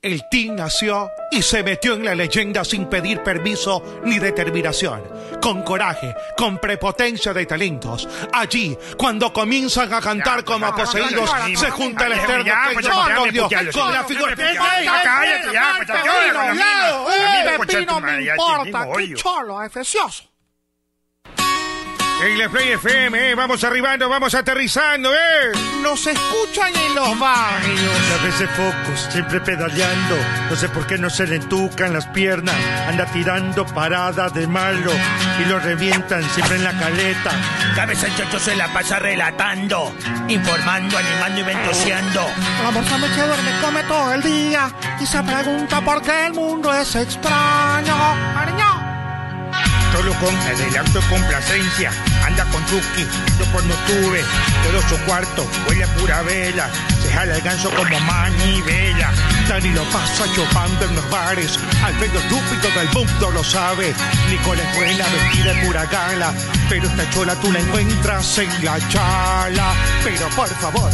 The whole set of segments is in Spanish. El team nació y se metió en la leyenda sin pedir permiso ni determinación, con coraje, con prepotencia de talentos. Allí, cuando comienzan a cantar como poseídos, se junta el externo con Dios, con la figura. cállate ya, pues, ya, ya, ya, ya, A mí ya, ya, Pepino ya, me ya, importa, ya, qué ya, cholo, es precioso. Hey, la Play FM, eh, vamos arribando, vamos aterrizando, eh. Nos escuchan en los barrios. Las veces focos, siempre pedaleando. No sé por qué no se le entucan las piernas. Anda tirando parada de malo y lo revientan siempre en la caleta. Cabeza el chocho se la pasa relatando, informando, animando y ventoseando. La morsa me que duerme come todo el día y se pregunta por qué el mundo es extraño. Ariño. Solo con adelanto y complacencia. Anda con Chucky, yo por no tuve. Todo su cuarto huele a pura vela. Se jala el ganso como manivela. Dani lo pasa chupando en los bares. Al medio estúpido del mundo lo sabe. Nicole es buena, vestida de pura gala. Pero esta chola tú la encuentras en la chala. Pero por favor.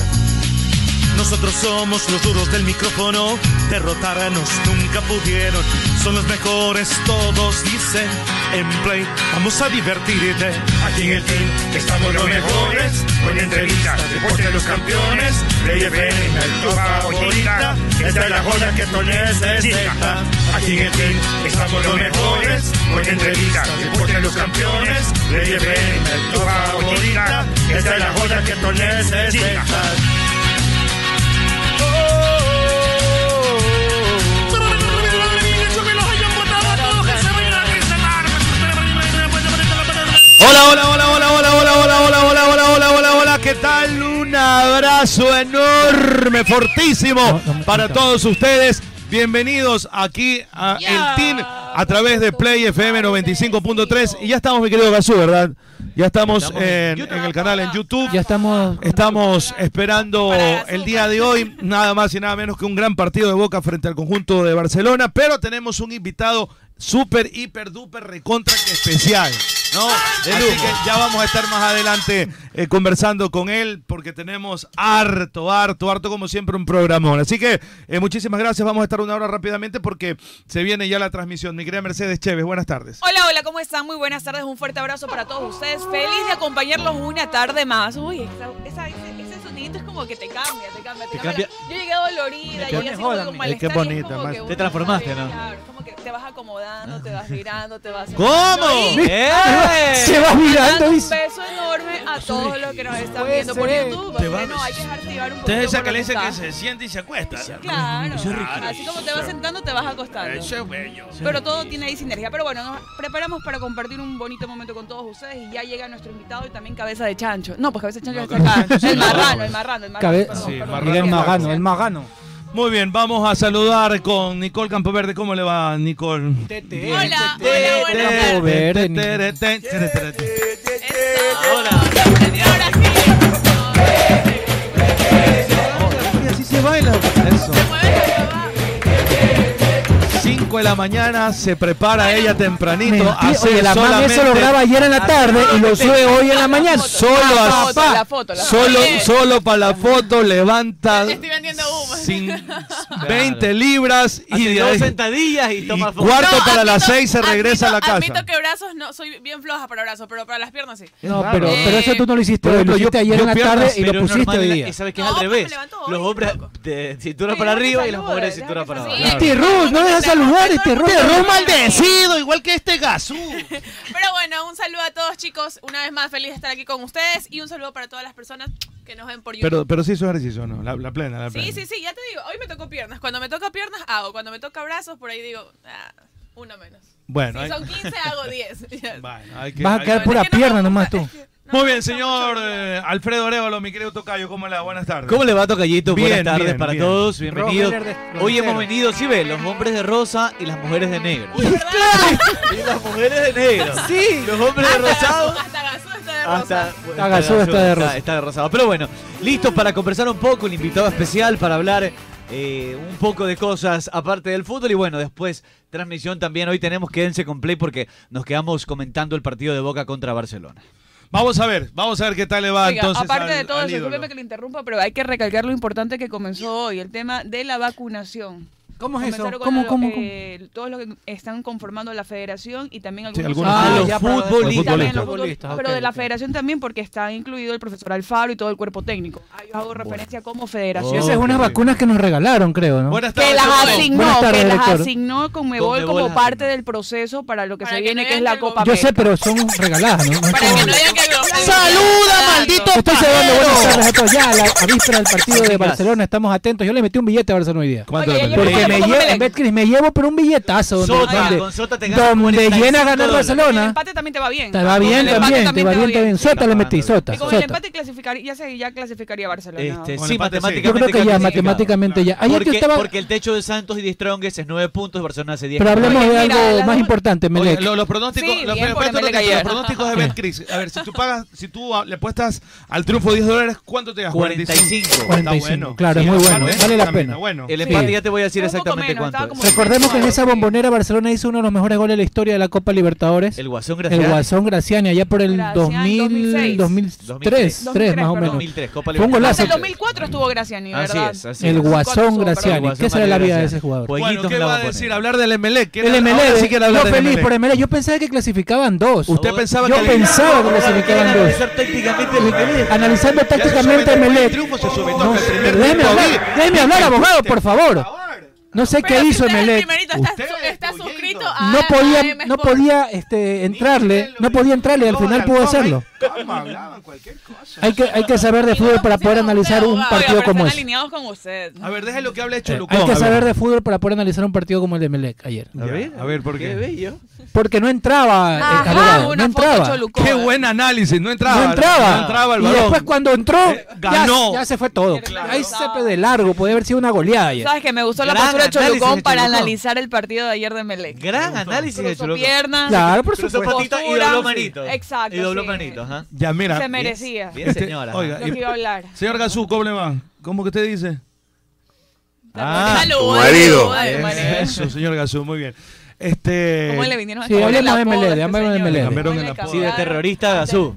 Nosotros somos los duros del micrófono, derrotarnos nunca pudieron. Son los mejores, todos dicen. En Play, vamos a divertirte. Aquí en el team estamos los mejores. Con entrevistas, deporte de los campeones. Play FM, tu favorita. Esta es la joda que tú necesitas. Aquí en el team estamos los mejores. Con entrevistas, deporte de los campeones. Play FM, tu favorita. Esta es la joda que tú necesitas. Hola, hola, hola, hola, hola, hola, hola, hola, hola, hola, hola, hola, hola, ¿qué tal? Un abrazo enorme, fortísimo para todos ustedes. Bienvenidos aquí a El Team a través de Play FM 95.3 y ya estamos, mi querido Gazú, ¿verdad? Ya estamos en, en el canal en YouTube. Ya estamos. Estamos esperando el día de hoy, nada más y nada menos que un gran partido de Boca frente al conjunto de Barcelona, pero tenemos un invitado súper, hiper, duper, recontra que especial. ¿no? Así que ya vamos a estar más adelante eh, conversando con él porque tenemos harto, harto, harto como siempre un programón. Así que eh, muchísimas gracias, vamos a estar una hora rápidamente porque se viene ya la transmisión. Mi querida Mercedes Chévez, buenas tardes. Hola, hola, ¿cómo están? Muy buenas tardes, un fuerte abrazo para todos ustedes. Feliz de acompañarlos una tarde más. Uy, esa- esa- ese, ese sonidito es como que te cambia, te cambia, te, Te cambia. cambia. Yo llegué dolorida, llegué así como jodan, con eh, malestar. qué y es bonita, como más. que Te uno transformaste, se- ¿no? claro, es como que te vas acomodando, te vas girando, te vas... ¿Cómo? Y- Se va Mandando mirando y un beso enorme a todos los que nos están puede viendo por ser. YouTube. Te así que va- no, hay que activar un poquito. Ustedes esa por que lo le dicen está. que se siente y se acuesta. Claro, Eso es rico. así como te vas sentando, te vas acostando. Eso es bello. Pero todo tiene ahí sinergia. Pero bueno, nos preparamos para compartir un bonito momento con todos ustedes y ya llega nuestro invitado y también cabeza de chancho. No, pues cabeza de chancho está acá. El marrano, el marrano, el marrano. Cabe- perdón, sí, perdón. marrano. Miguel Magano, el Magano. Muy bien, vamos a saludar con Nicole Campoverde. ¿Cómo le va, Nicole? Hola, hola, buenas tardes. Campoverde. Tere, tere, tere, tere, tere. Eso. Ahora sí. Así se baila. Eso. Se mueve, se mueve. 5 de la mañana, se prepara ella tempranito. Mentira, hace Oye, la mami solamente- eso lo graba ayer en la tarde y lo sube hoy en la mañana. Solo, La a- foto, la foto, la foto. solo, Oye. solo para la foto levanta Estoy vendiendo humo. sin- 20 libras y, Hace de dos ahí- sentadillas y y toma foto. cuarto No, para las admito- 6 se regresa admito- a la casa. Admito que brazos no, soy bien floja para brazos, pero para las piernas sí. No, pero, Eh, pero eso tú no lo hiciste hoy, lo yo- hiciste ayer yo en la piernas, tarde y Pero lo es pusiste normal, hoy la- día. ¿Sabes qué es No, al pues me revés? levanto hoy, Los hombres de cintura Sí, para no te arriba y las saludes, mujeres de cintura deja que para salude. abajo. Claro. Este Rus, no deja saludar, este Rus. igual que este gasú. Pero bueno, un saludo a todos chicos. Una vez más, feliz de estar aquí con ustedes. Y un saludo para todas las personas que nos ven por YouTube. Pero, pero sí hizo ejercicio, ¿no? La, la plena, la plena. sí, sí, sí, ya te digo. Hoy me tocó piernas. Cuando me toca piernas, hago. Cuando me toca brazos, por ahí digo, ah, uno menos. Bueno, Si hay- son 15, hago 10. Ya. bueno, hay que- Vas a hay- quedar Pero pura es que no pierna me nomás gusta, tú. es que no Muy me bien, gusta señor mucho. eh, Alfredo Arevalo, mi querido Tocayo, ¿cómo le va? Buenas tardes. ¿Cómo le va, Tocayito? Bien, Buenas tardes bien, para bien. todos, bienvenidos. Roger de- Hoy hemos Roger. venido, sí ve, los hombres de rosa y las mujeres de negro. Uy, ¿verdad? y las mujeres de negro. Sí. Los hombres de rosado. Hasta Gazú está de Hasta, rosa. bueno, Está Gazú, está de rosa. Está, de rosado. Pero bueno, listos para conversar un poco, el invitado especial para hablar eh, un poco de cosas aparte del fútbol. Y bueno, después transmisión también. Hoy tenemos quédense con Play porque nos quedamos comentando el partido de Boca contra Barcelona. Ah, Vamos a ver, vamos a ver qué tal le va Oiga, entonces. aparte al- de todo, al discúlpeme ídolo. que le interrumpa, pero hay que recalcar lo importante que comenzó hoy, el tema de la vacunación. ¿Cómo es eso? Comenzaron con ¿Cómo, lo- cómo, eh, todos los que están conformando la federación y también algunos. Sí, algunos. Ah, Ah, los ya, pero- también futbolistas. los Los futbolistas, futbolistas, Pero ok, de la ok. federación también porque está incluido el profesor Alfaro y todo el cuerpo técnico. Ah, yo hago referencia como federación. Esas son unas vacunas que nos regalaron, creo, ¿no? que las asignó, Buenas tardes, que las director. asignó Conmebol Conmebol como las parte del proceso para lo que se viene, que es la Copa Yo América. sé, pero son regaladas, ¿no? No es como- ¡Saluda, maldito Estoy saludando, buenas tardes a todos. Ya, a la a víspera del partido de Barcelona, estamos atentos. Yo le metí un billete a Barcelona hoy día. Oye, le metiste? Porque me ¿Cómo llevo, me le- en Betcris me llevo, pero un billetazo. Donde, Sota, donde- con Sota te ganas donde 45 llena a ganar dólares. El Barcelona. empate también te va bien. Te va Con bien el empate también, te va bien, te va bien. Sota le metí, Sota, Y con el Sota. empate clasificar, ya, se, ya clasificaría Barcelona. Este, Con sí, el empate, matemáticamente. Yo creo que ya, clasificado. matemáticamente ya. Ayer yo Porque, estaba... porque el techo de Santos y de Strongest es 9 puntos, Barcelona hace 10. Pero hablemos de algo más importante. importante, Melec. Oye, lo- los pronósticos, Sí, los, bien espera, por espera, Emelec espera, ayer. los pronósticos de Betcris. A ver, si tú pagas, si tú ah, le apuestas al triunfo 10 dólares, ¿cuánto te das? 45. Está 45, bueno. claro, Sí, es muy está bueno, ¿eh? vale la Está bien, pena. está Bueno. El Sí. empate ya te voy a decir exactamente cuánto. es. Recordemos que en esa bombonera Barcelona hizo uno de los mejores goles de la historia de la Copa Libertadores. El Guasón Graciani. El Guasón Graciani, allá por el Graciani, 2000, 2006. 2003, 2003, tres, más o perdón. menos. 2003, Copa Fue un Hasta golazo. el 2004 estuvo Graciani, Así ¿verdad? es, El Guasón El Graciani. Guasón ¿Qué será la Mario vida de Graciani. ese jugador? Jueguitos Bueno, ¿qué la va a vamos a decir? Hablar del Emelec. ¿qué El E, era- ahora MLE, sí quiero hablar yo del E. feliz por Emelec. Emelec. Yo pensaba que clasificaban dos. Usted pensaba yo que- pensaba que clasificaban dos. Analizar tácticamente el Emelec. Analizando tácticamente a Emelec. No sé, Déjeme hablar, déjeme hablar, abogado, por favor. No sé qué hizo Emelec. suscrito No podía, no podía este, entrarle, no podía entrarle y al final pudo hacerlo. Hay que, hay que saber de fútbol pues, para poder analizar un partido como ese. alineados con usted. A ver, déjelo que hable Eh, Cholucón. Hay que a ver. saber de fútbol para poder analizar un partido como el de Melec ayer. Ya, A ver, ¿por qué? Porque no entraba, eh, abogado, no entraba. Qué buen análisis, no entraba. No entraba. No entraba el y después balón. Eh, cuando entró, ya- ganó. Ya, se fue todo. Ahí se fue de largo, podía haber sido una goleada ayer. Sabes que me gustó la Gran postura de análisis Cholucón de para Cholucón. analizar el partido de ayer de Melec. Gran análisis de Cruzó Cholucón. piernas. Claro, por cruzó supuesto. patita y Postura. dobló manito. Exacto, Y dobló sí. manito, ajá. Ya, mira. Se merecía. Bien, Este, señora. oiga, Lo que iba a hablar. Señor Gazú, ¿cómo le va? ¿Cómo que usted dice? Ah, Saluda, tu marido. saluda, Eso, marido. Eso, señor Gazú, muy bien. Este... ¿Cómo le vinieron a Sí, cambiar el hablemos de apodo Melec, a este hablemos de señor? Melec. Cambiaron el Sí, de terrorista a Gazú.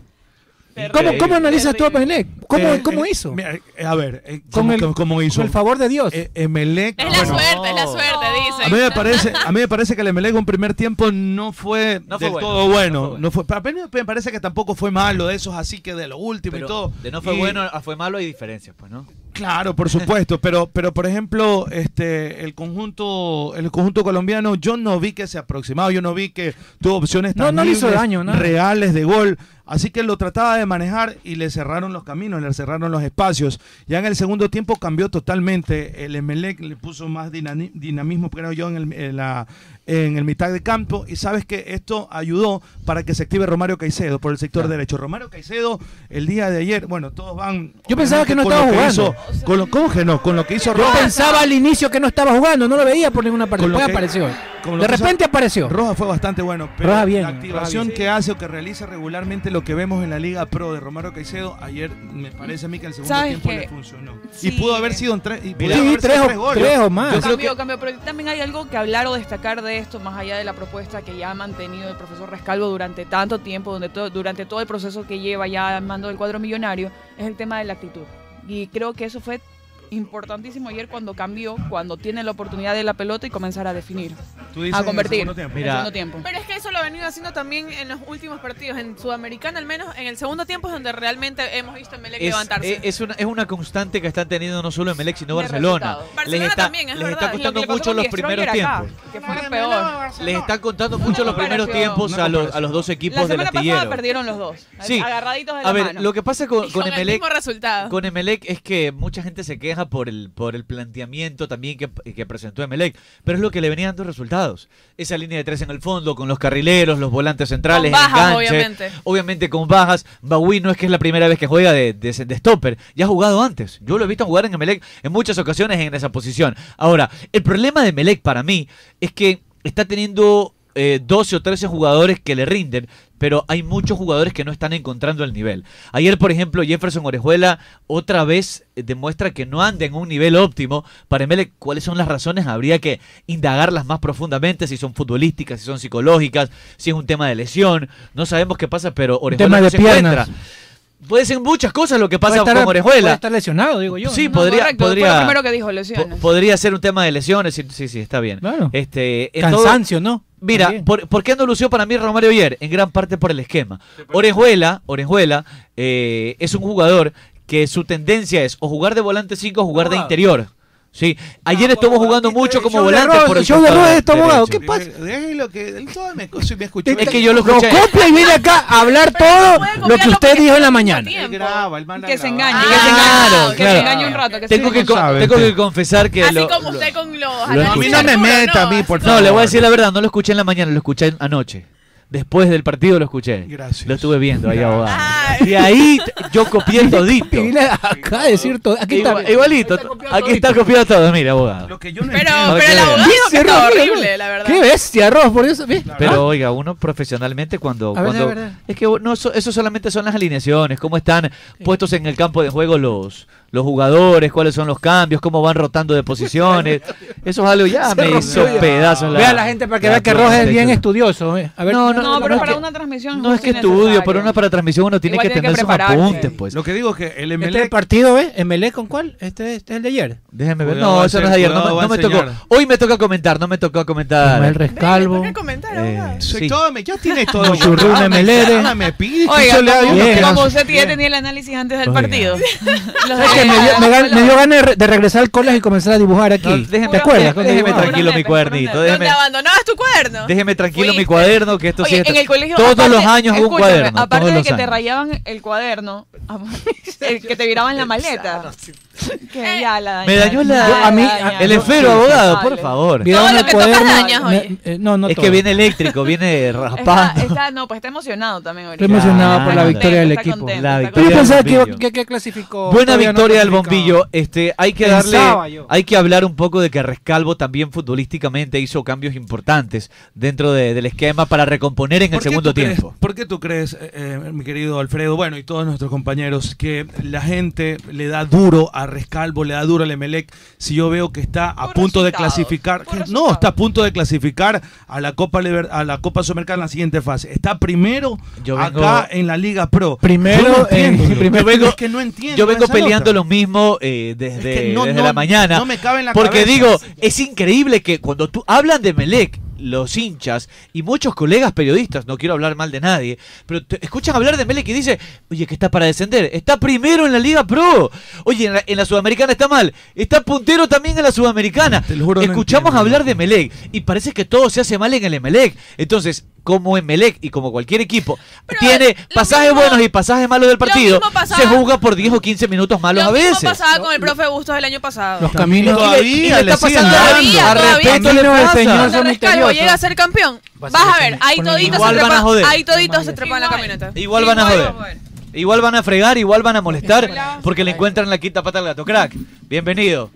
¿Cómo, ¿Cómo analizas tú a Melec? ¿Cómo, Eh, cómo eh, hizo? mira, eh, a ver, eh, Con ¿cómo, el- cómo- cómo hizo? Con el favor de Dios. Eh, Emelec, Es la bueno, suerte, es la suerte, dice. A mí me parece, a mí me parece que el Emelec en primer tiempo no fue No fue del bueno, todo no bueno. No fue, para mí me parece que tampoco fue malo de esos así que de lo último y Pero todo. de no fue Y- bueno a fue malo hay diferencias, pues, ¿no? Claro, por supuesto, pero pero por ejemplo, este el conjunto el conjunto colombiano yo no vi que se aproximaba, yo no vi que tuvo opciones No, tan no le hizo libres, daño, nada. reales de gol, así que lo trataba de manejar y le cerraron los caminos, le cerraron los espacios. Ya en el segundo tiempo cambió totalmente, el Emelec le puso más dinani- dinamismo, creo yo en el en la en el mitad de campo y sabes que esto ayudó para que se active Romario Caicedo por el sector derecho. Romario Caicedo el día de ayer, bueno, todos van Yo pensaba que no con lo estaba hizo- jugando. con lo- ¿Cómo que no? Con lo que hizo Yo Rojas. pensaba al inicio que no estaba jugando, no lo veía por ninguna parte. Con lo Después que- apareció. con lo De que hizo- repente apareció. Rojas fue bastante bueno, pero Rojas bien, la activación Rojas bien. que hace o que realiza regularmente lo que vemos en la Liga Pro de Romero Caicedo, ayer me parece a mí que el segundo ¿Sabes tiempo qué? le funcionó. Sí. Y pudo haber sido en tres, y pudo Sí, haber sido tres o- tres o más. Yo creo Cambio, cambio, pero también hay algo que hablar o destacar de esto, más allá de la propuesta que ya ha mantenido el profesor Rescalvo durante tanto tiempo, donde to- durante todo el proceso que lleva ya al mando del cuadro millonario, es el tema de la actitud. Y creo que eso fue importantísimo ayer cuando cambió, cuando tiene la oportunidad de la pelota y comenzar a definir, Tú dices en a el convertir. segundo tiempo. en Mira, el segundo tiempo. Pero es que eso lo ha venido haciendo también en los últimos partidos, en Sudamericana al menos, en el segundo tiempo es donde realmente hemos visto a Es, Melec e-, eh, levantarse. es- es una, es una constante que están teniendo no solo Emelec, sino De Barcelona. resultados. Barcelona les está, también, es les verdad. está Es lo que costando le pasó mucho con los Die primeros Stronger acá, tiempos. que fue lo peor. Les están contando mucho los primeros comparación. tiempos Una a, los, a comparación. los dos equipos La del semana pasada astillero. perdieron los dos, Sí. agarraditos de la A ver, mano. lo que pasa con, Y con con el Emelec mismo resultado. Con Emelec es que mucha gente se queja por el, por el planteamiento también que, que presentó Emelec, pero es lo que le venía dando resultados. Esa línea de tres en el fondo, con los carrileros, los volantes centrales, Con el bajas, enganche, obviamente. obviamente con bajas. Bawi no es que es la primera vez que juega de, de, de stopper, ya ha jugado antes. Yo lo he visto jugar en Emelec en muchas ocasiones en esa posición. Ahora, el problema de Emelec para mí es que está teniendo eh, 12 o 13 jugadores que le rinden, pero hay muchos jugadores que no están encontrando el nivel. Ayer, por ejemplo, Jefferson Orejuela otra vez eh, demuestra que no anda en un nivel óptimo. Para Emelec, ¿cuáles son las razones? Habría que indagarlas más profundamente, si son futbolísticas, si son psicológicas, si es un tema de lesión. No sabemos qué pasa, pero Orejuela tema no de se piernas. encuentra. Puede ser muchas cosas lo que pasa estar- con Orejuela. puede estar lesionado, digo yo, Sí, ¿no? podría. Correcto, fue podría lo primero que dijo, lesiones. po- podría ser un tema de lesiones. Sí, sí, sí, está bien. Este, en todo- Cansancio, ¿no? Mira, También. por, por qué no lució para mí Romario ayer? En gran parte por el esquema. Orejuela, Orejuela eh, es un jugador que su tendencia es o jugar de volante 5 o jugar de interior. Sí, ayer estuvo jugando mucho como show de volante Ross, por el show de costado Ross, esto, abogado, derecho. pasa? Déjelo que él todo me, escuchó y me escuchó. Es que yo lo escuché. Copia y viene acá a hablar todo lo que usted dijo en la mañana. Tiempo. graba, el man la Que se engañe, Ah, que se engañe, claro, que claro. se engañe un rato. Que Tengo se que, con- engañe. tengo que confesar que Así lo- como usted con los lo análisis escuché. No me meta a mí, por favor. No, le voy a decir la verdad, no lo escuché en la mañana, lo escuché anoche. Después del partido lo escuché. Lo estuve viendo ahí abogado. Y ahí t- yo copié todito. Vine acá a decir todo. Aquí está. Igual- igualito, aquí está copiado todo, mira, abogado. Pero, entiendo. pero el Porque- abogado que Dice está Ross, horrible, la verdad. Qué bestia, Ross, por eso. ¿ves? Pero oiga, uno profesionalmente cuando, A ver, cuando- a ver, a ver. es que no so- eso solamente son las alineaciones, cómo están puestos en el campo de juego los los jugadores, cuáles son los cambios, cómo van rotando de posiciones. Eso es algo ya Se me rompió hizo ya. pedazos. Vea la gente para que vea que Ross es bien estudioso. eh. A ver, No, No, pero es para que- una transmisión No es que estudio, pero una para transmisión uno tiene Igual que tiene que tener sus prepararse. apuntes, pues. Lo que digo es que el Este es el Emelec partido, ¿ves? ¿Emelec con cuál? Este, este es el de ayer. Déjeme ver. Cuidado, No, va a eso no es ser- ayer. No, cuidado, me- va no a me tocó. enseñar. Hoy me toca comentar, no me tocó comentar. El Rescalvo. Eh, sí. Tome, ya tiene todo. Churruna Ah, me- Melere. ah, me pide que Oiga, yo le haga uno que como, como no- usted tiene tenía el análisis antes del Oiga. partido. Los ¿Sabes qué? Me dio, me gan- me dio ganas de re- de regresar al colegio y comenzar a dibujar aquí. No, déjeme- ¿Te acuerdas? déjeme- déjeme Cuando dibujaba. tranquilo mi cuadernito. ¿Dónde Déjeme, abandonabas tu cuaderno? déjeme tranquilo mi Fuiste. cuaderno, que esto sí Oye, es- en el colegio. Todos aparte- los años es un escúchame, cuaderno. Aparte todos de los que te años. rayaban el cuaderno, el que te viraban la maleta. que ya la Me dañó la- Yo- a mí- dañaron. El enferro, abogado, por favor. Miraban Todo lo el que tocas cuaderno, dañas, me- oye. eh, no, no Es que todo. viene eléctrico, viene Está, raspando. está- no, pues está emocionado también. ahorita. Estoy emocionado Ah, por la está victoria del contento, está equipo. contento. La Pero victoria yo del pensaba que, bombillo. iba- que, que clasificó. Buena Todavía no victoria al clasificaba. bombillo. Este, hay que darle, Pensaba yo. hay que hablar un poco de que Rescalvo también futbolísticamente hizo cambios importantes dentro de- del esquema para recomponer en el ¿Por qué segundo tú crees- tiempo. ¿Por qué tú crees, eh, eh, mi querido Alfredo, bueno, y todos nuestros compañeros, que la gente le da duro a Rescalvo, le da duro al Emelec, si yo veo que está a Por punto de resultados, clasificar? por No, resultados. está a punto de clasificar a la Copa Liber- a la Copa Sudamericana en la siguiente fase. Está primero Yo vengo- acá en la Liga Pro. Primero Yo no en- entiendo. primero- Yo vengo, es que no entiendo Yo vengo esa peleando nota. lo mismo eh, desde, Es que no- desde no- la mañana. no me cabe en la porque cabeza. digo, es increíble que cuando tú hablan de Melec, los hinchas y muchos colegas periodistas, no quiero hablar mal de nadie, pero te escuchan hablar de Melec y dice, oye, que está para descender, está primero en la Liga Pro, oye, en la, en la Sudamericana está mal, está puntero también en la Sudamericana. Te lo juro, no Escuchamos entiendo. hablar de Melec y parece que todo se hace mal en el Emelec. Entonces, como en Melec y como cualquier equipo, Pero tiene lo pasajes mismo- buenos y pasajes malos del lo partido, mismo pasaba- se juzga por 10 o 15 minutos malos Lo a mismo veces. pasaba con el profe Bustos el año pasado. Los caminos. Y le- y le Todavía le está siguen pasando dando. a Todavía, respeto le todavía. pasa. Camino del Señor. Cuando son Rescalvo misteriosos. llega a ser campeón, vas a ver, ahí toditos se Igual van a trepan, joder. ahí toditos se trepan la camioneta. Igual van a joder. Igual van a fregar, igual van a molestar, porque le encuentran la quinta pata al gato. Crack, bienvenido.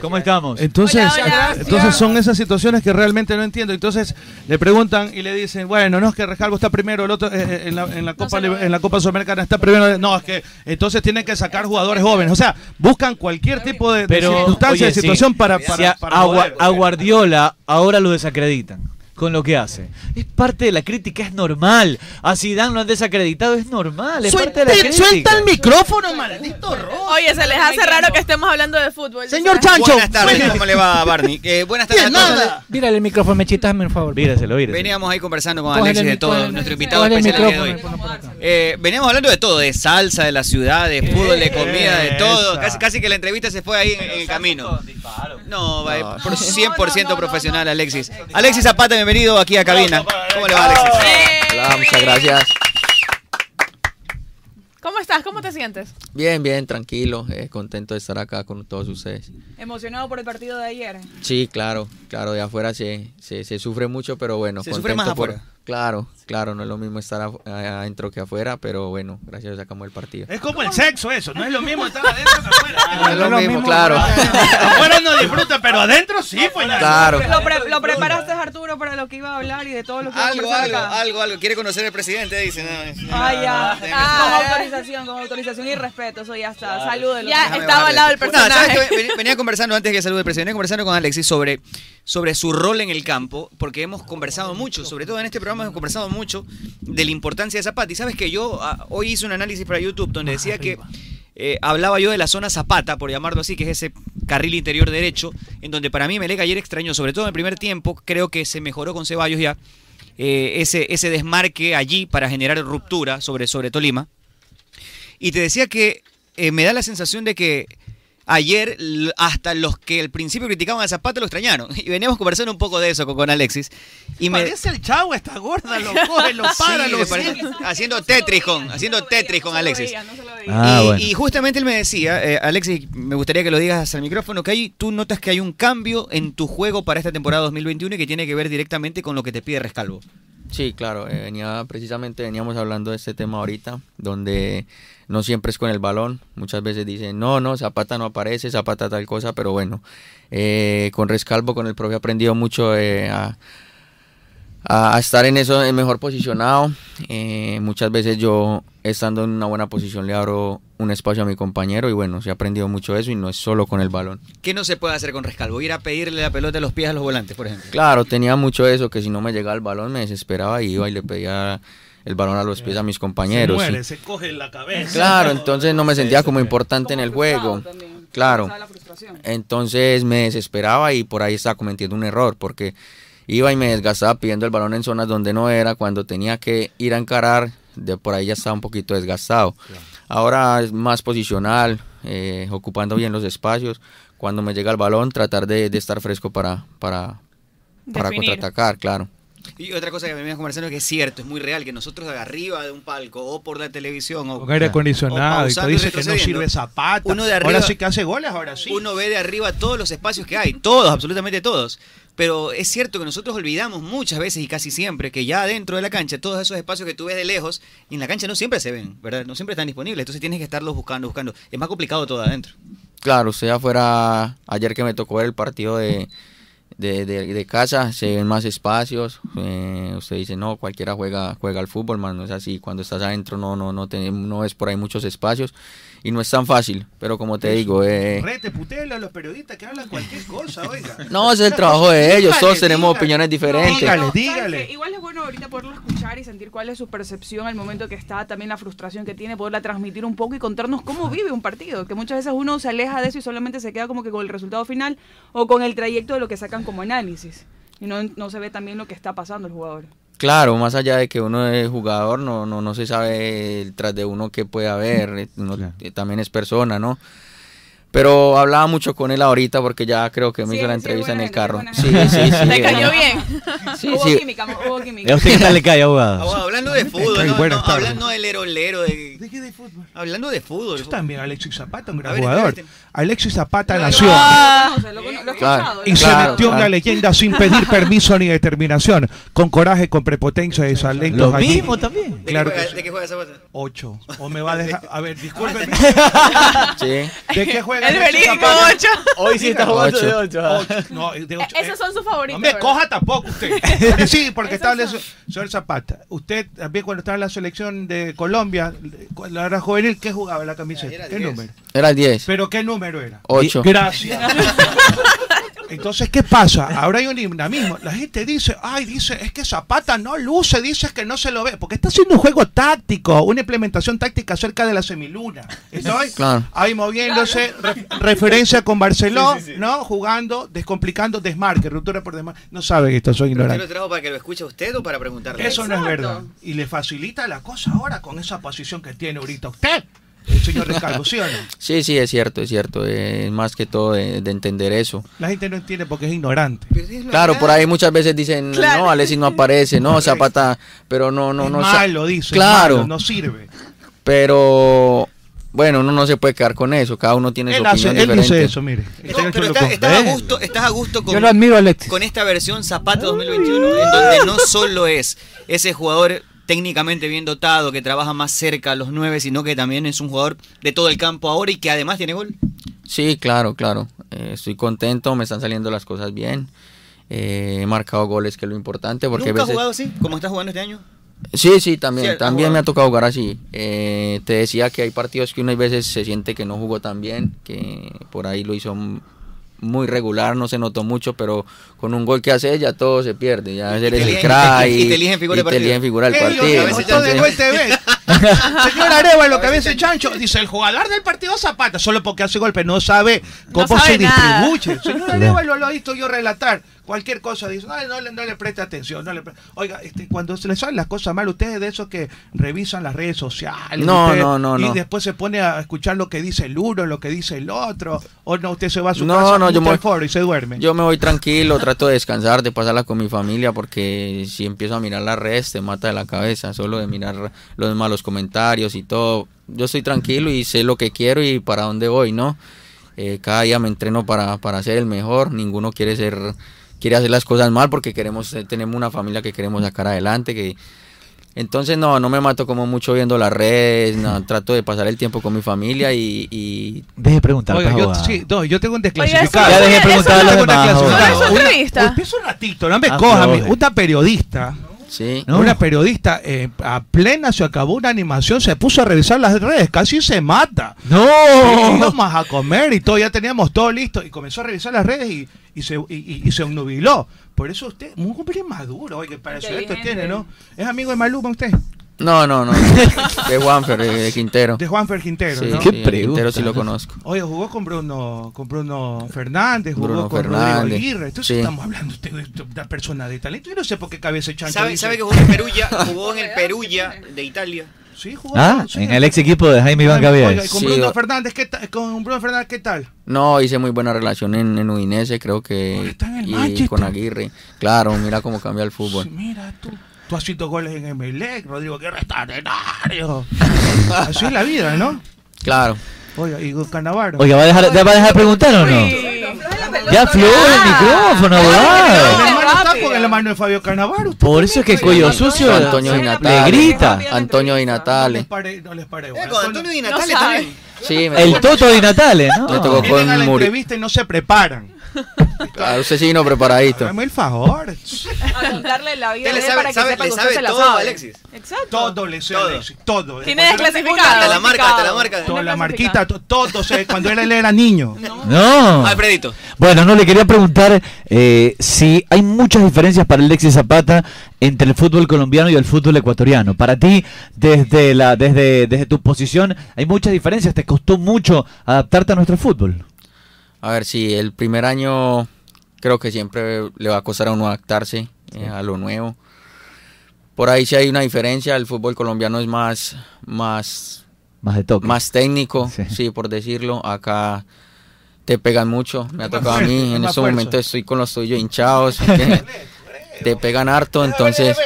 ¿Cómo estamos? Entonces, Hola, hola. entonces son esas situaciones que realmente no entiendo. Entonces le preguntan y le dicen, bueno, no es que Rescalvo está primero, el otro eh, eh, en, la, en la Copa se lo Liber- ve. en la Copa Sudamericana está primero. No, es que entonces tienen que sacar jugadores jóvenes. O sea, buscan cualquier tipo de, de Pero, circunstancia, oye, de sí. situación para, para, Si a, para a joder. Gua- a Guardiola ahora lo desacreditan con lo que hace. Es parte de la crítica, es normal. A Zidane lo han desacreditado, es normal. Es parte de la crítica. micrófono, maldito Ross. Oye, se les hace raro que estemos hablando de fútbol. Señor Chancho Chancho. Buenas tardes, ¿cómo le va Barney? Eh, buenas tardes a Bien, todos. nada. Mírale el micrófono, Mechitas, por favor. pues. Víreselo, víreselo. Veníamos ahí conversando con Cógele Alexis el de mic- todo, cógele- nuestro invitado cógele el especial el día de hoy. micrófono, ponlo por acá. Eh, veníamos hablando de todo, de salsa, de la ciudad, de fútbol, de comida, de todo. Esa. Casi, casi que la entrevista se fue ahí en, en el camino. No, va, eh, por 100% profesional, Alexis. Alexis Zapata, bienvenido aquí a cabina. ¿Cómo le va, Alexis? Hola, muchas gracias. ¿Cómo estás? ¿Cómo te sientes? Bien, bien, tranquilo, eh, contento de estar acá con todos ustedes. Emocionado por el partido de ayer. Sí, claro, claro, de afuera se, se, se sufre mucho, pero bueno. Se sufre contento más por- afuera. Claro, claro, no es lo mismo estar afu- adentro que afuera, pero bueno, gracias a Dios sacamos el partido. Es como el sexo eso, no es lo mismo estar adentro que Ah, No afuera. es lo mismo, Ah, claro. afuera no disfruta, pero adentro sí, pues. ya. Claro. Lo, pre- lo preparaste, Arturo, para lo que iba a hablar y de todo lo que iba a Algo, conversar algo, acá. algo, algo. ¿Quiere conocer al presidente? Dice. no, es- no, Ah, ya. no, no, no, con Ah. autorización, con autorización y respeto, eso ya está. Salúdelo. Ya Déjame estaba bajarle. al lado del No, ¿sabes qué? personaje. Venía- Venía conversando antes que salude el presidente, venía conversando con Alexis sobre, sobre su rol en el campo, porque hemos conversado mucho, sobre todo en este programa hemos conversado mucho de la importancia de Zapata. Y sabes que yo ah, hoy hice un análisis para YouTube donde decía que eh, hablaba yo de la zona Zapata, por llamarlo así, que es ese carril interior derecho, en donde para mí Melec ayer extrañó, sobre todo en el primer tiempo, creo que se mejoró con Ceballos ya, eh, ese, ese desmarque allí para generar ruptura sobre, sobre Tolima. Y te decía que eh, me da la sensación de que ayer l- hasta los que al principio criticaban a Zapata lo extrañaron. Y veníamos conversando un poco de eso con, con Alexis. Y me, Parece el chavo, está gorda, lo coge, lo Sí, para, lo me parece- sigue. haciendo Tetris con, haciendo Tetris con Alexis. Ah, y, bueno. y justamente él me decía, eh, Alexis, me gustaría que lo digas al micrófono, que ahí tú notas que hay un cambio en tu juego para esta temporada 2021 y que tiene que ver directamente con lo que te pide Rescalvo. Sí, claro, eh, venía, precisamente veníamos hablando de este tema ahorita, donde no siempre es con el balón, muchas veces dicen, no, no, Zapata no aparece, Zapata tal cosa, pero bueno, eh, con Rescalvo, con el profe he aprendido mucho eh, a, a- a estar en eso, en mejor posicionado, Eh, muchas veces yo estando en una buena posición le abro un espacio a mi compañero y bueno, sí he aprendido mucho eso y no es solo con el balón. ¿Qué no se puede hacer con Rescalvo? Ir a pedirle la pelota a los pies a los volantes, por ejemplo. Claro, tenía mucho eso, que si no me llegaba el balón me desesperaba y iba y le pedía el balón a los pies a mis compañeros. se sí. muere, se coge la cabeza. Claro, entonces no me sentía como importante en el juego. Claro. Entonces me desesperaba y por ahí estaba cometiendo un error porque iba y me desgastaba pidiendo el balón en zonas donde no era, cuando tenía que ir a encarar, de por ahí ya estaba un poquito desgastado. Ahora es más posicional, eh, ocupando bien los espacios. Cuando me llega el balón, tratar de, de estar fresco para, para, para Definir. contraatacar, claro. Y otra cosa que venimos conversando que es cierto, es muy real, que nosotros de arriba de un palco o por la televisión o Con aire acondicionado, o y pausando te dice que no retrocediendo, sirve Zapata. Uno de Ahora arriba, sí que hace goles, ahora sí. Uno ve de arriba todos los espacios que hay, todos, absolutamente todos. Pero es cierto que nosotros olvidamos muchas veces y casi siempre que ya dentro de la cancha, todos esos espacios que tú ves de lejos, y en la cancha no siempre se ven, ¿verdad? No siempre están disponibles, entonces tienes que estarlos buscando, buscando. Es más complicado todo adentro. Claro, usted afuera, ayer que me tocó ver el partido de, de, de- de casa, se ven más espacios. eh, usted dice, no, cualquiera juega, juega al fútbol, man, no es así. Cuando estás adentro no, no, no, tenés- no ves por ahí muchos espacios y no es tan fácil. Pero como te digo, eh, Rete, putelo a Este los periodistas que hablan cualquier cosa, oiga. no, ese es el trabajo de ellos, todos Dígale, tenemos dígale. opiniones diferentes. Dígale, ¿Sabes qué? Igual es bueno ahorita poderlo escuchar y sentir cuál es su percepción al momento que está, también la frustración que tiene, poderla transmitir un poco y contarnos cómo vive un partido, que muchas veces uno se aleja de eso y solamente se queda como que con el resultado final o con el trayecto de lo que sacan como análisis. Y no, no se ve también lo que está pasando el jugador. Claro, más allá de que uno es jugador, no, no, no se sabe el tras de uno que puede haber, eh, uno eh, también es persona, ¿no? Pero hablaba mucho con él ahorita porque ya creo que me hizo la entrevista en el carro. Sí, sí, sí. Te eh, cayó bien. Hubo sí. química, hubo química. ¿A usted qué tal le cae, abogado? Abogado, hablando de fútbol, no, buenas no, tardes. hablando del herolero. De... ¿De qué de fútbol? Hablando de fútbol. Yo también, Alexis Zapata, un gran A ver, jugador. espérate. Alexis Zapata nació. Ah. Claro, Y se claro, metió en claro. la leyenda sin pedir permiso ni determinación, con coraje, con prepotencia y desalento. Lo allí. mismo también. ¿De, Claro qué que juega, sí. ¿De qué juega Zapata? Ocho. O me va a dejar. A ver, discúlpeme. Sí. ¿De qué juega? El Alexis Berín con Zapata? ocho. Hoy sí está jugando de ocho, ah. Ocho, No, de ocho. Eh, Esos son sus favoritos. No me ¿verdad? coja tampoco usted. Sí, porque estaba hablando, señor Zapata. Usted también cuando estaba en la selección de Colombia, la era juvenil, ¿qué jugaba la camiseta? ¿Qué número? Era el 10. ¿Pero qué número era? Ocho. Gracias. Entonces, ¿qué pasa? Ahora hay un dinamismo. La gente dice, ay, dice, es que Zapata no luce, dice que no se lo ve. Porque está haciendo un juego táctico, una implementación táctica cerca de la semiluna. Estoy Claro. ahí moviéndose, re- referencia con Barcelona, ¿no? Jugando, descomplicando, desmarque, ruptura por desmarque. No saben esto, soy ¿Usted lo ignorante. trajo para que lo escuche usted o para preguntarle? Eso no es verdad. Y le facilita la cosa ahora con esa posición que tiene ahorita usted, el señor Ricardo, ¿sí o no? Sí, sí, es cierto, es cierto. eh, Es más que todo de, de entender eso. La gente no entiende porque es ignorante. Claro, por ahí muchas veces dicen, no, Alexis no aparece, no, Zapata, pero no, no, no. es sa- malo, dice. es Claro. malo, no sirve. Pero bueno, uno no se puede quedar con eso, cada uno tiene su Él, opinión hace, él diferente. dice eso, mire. No, pero está- estás a gusto, estás a gusto con, Yo lo admiro, Alexis. con esta versión Zapata 2021, en donde no solo es ese jugador técnicamente bien dotado que trabaja más cerca a los nueve, sino que también es un jugador de todo el campo ahora y que además tiene gol. Sí, claro, claro. Eh, estoy contento, me están saliendo las cosas bien. Eh, he marcado goles, que es lo importante. Porque ¿Nunca a ha veces... jugado así? ¿Como estás jugando este año? Sí, sí, también, Sí, has también me jugado. ha tocado jugar así. Eh, te decía que hay partidos que unas veces se siente que no jugó tan bien, que por ahí lo hizo m- muy regular, no se notó mucho, pero con un gol que hace ya todo se pierde. Ya se Inteligente, el cry y te eligen figura del partido. eligen figura del Ey, partido. a veces ya Entonces, se- Te ves. Señor Arevalo, que a veces Chancho dice el jugador del partido Zapata, solo porque hace golpe, no sabe cómo sabe se nada. distribuye. Señor Claro. Arevalo lo he visto yo relatar. Cualquier cosa dice, no, no, le- no le preste atención. No le pre- Oiga, este, cuando se les salen las cosas mal, ustedes de esos que revisan las redes sociales. No, ustedes- no, no, Y no. después se pone a escuchar lo que dice el uno, lo que dice el otro. O no, usted se va a su casa, no, no, usted yo me, al foro y se duerme. yo me voy tranquilo, trato de descansar, de pasarla con mi familia, porque si empiezo a mirar las redes te mata de la cabeza, solo de mirar los malos comentarios y todo. Yo estoy tranquilo y sé lo que quiero y para dónde voy, ¿no? Eh, cada día me entreno para, para ser el mejor, ninguno quiere ser, quiere hacer las cosas mal porque queremos, eh, tenemos una familia que queremos sacar adelante, que entonces no, no me mato como mucho viendo las redes, no, trato de pasar el tiempo con mi familia y... y Deje preguntar, Oiga, yo, Pajoa. sí, no, yo tengo un Oiga, desclasificado. eso Ya dejé fue- preguntar eso a los fue una demás, clasificada. joven. No, es Una- entrevista. Empieza un ratito, no me Ah, coja. joven. mi- Una periodista. Sí. Una periodista eh, a plena se acabó una animación, se puso a revisar las redes, casi se mata. ¡No! íbamos a comer y todo, ya teníamos todo listo. Y comenzó a revisar las redes y, y se, y, y- y se obnubiló. Por eso usted, un hombre maduro, oye, para su edad que tiene, ¿no? ¿Es amigo de Maluma usted? No, no, no. De Juanfer, eh, de Quintero. De Juanfer Quintero, Sí, ¿no? sí, a Quintero sí lo conozco. Oye, jugó con Bruno, con Bruno Fernández, jugó Bruno con Rodrigo Fernández, Aguirre. Entonces sí. estamos hablando usted de una persona de talento. Yo no sé por qué cabeza de chancho. ¿Sabe, dice- sabe que jugó en Perugia? Jugó en el Perugia de Italia. Sí, jugó. Ah, en el ex equipo de Jaime Iván Gavier. Oiga, y con Sí, Bruno o- Fernández, ¿qué tal? Con Bruno Fernández, ¿qué tal? No, hice muy buena relación en, en Udinese, creo que. en el Y Manchester. con Aguirre. Claro, mira cómo cambia el fútbol. Mira tú. Tú has sido goles en Emelec, Rodrigo, qué extraordinario. Así es la vida, ¿no? Claro. Oiga, y con Cannavaro. Oiga, ¿va a dejar, ¿va a dejar preguntar o no? Ya fleó el micrófono, La abogado. mano está con la mano de Fabio Cannavaro. Por eso es que el cuello sucio Antonio Di le Natale. grita. Antonio Di Natale. Con Antonio Di No Natale sabe. también. Sí, me El Toto Di Natale, Me ¿no? tocó Vienen a con la Muri. entrevista y no se preparan. Claro, usted sí vino preparadito. Dame el favor. A contarle la vida Usted de le él sabe- para que sabe- sepa le que usted sabe se la todo, sabe. Alexis. Exacto. Todo le sé, Alexis, todo. Tiene Cuando era- desclasificado. Hasta la marca, hasta la marca. Toda la marquita, to- todo. se- Cuando él él era niño. No. Alfredito. Bueno, no le quería preguntar eh, si hay muchas diferencias para Alexis Zapata entre el fútbol colombiano y el fútbol ecuatoriano. Para ti, desde la, desde, desde tu posición, hay muchas diferencias. ¿Te costó mucho adaptarte a nuestro fútbol? A ver, sí, el primer año creo que siempre le va a costar a uno adaptarse eh, a lo nuevo. Por ahí sí hay una diferencia, el fútbol colombiano es más, más, Más de toque. más técnico, sí. por decirlo. Acá te pegan mucho, me ha tocado a mí. fuerza, En más este fuerza. momento estoy con los tuyos hinchados. que te pegan harto, entonces...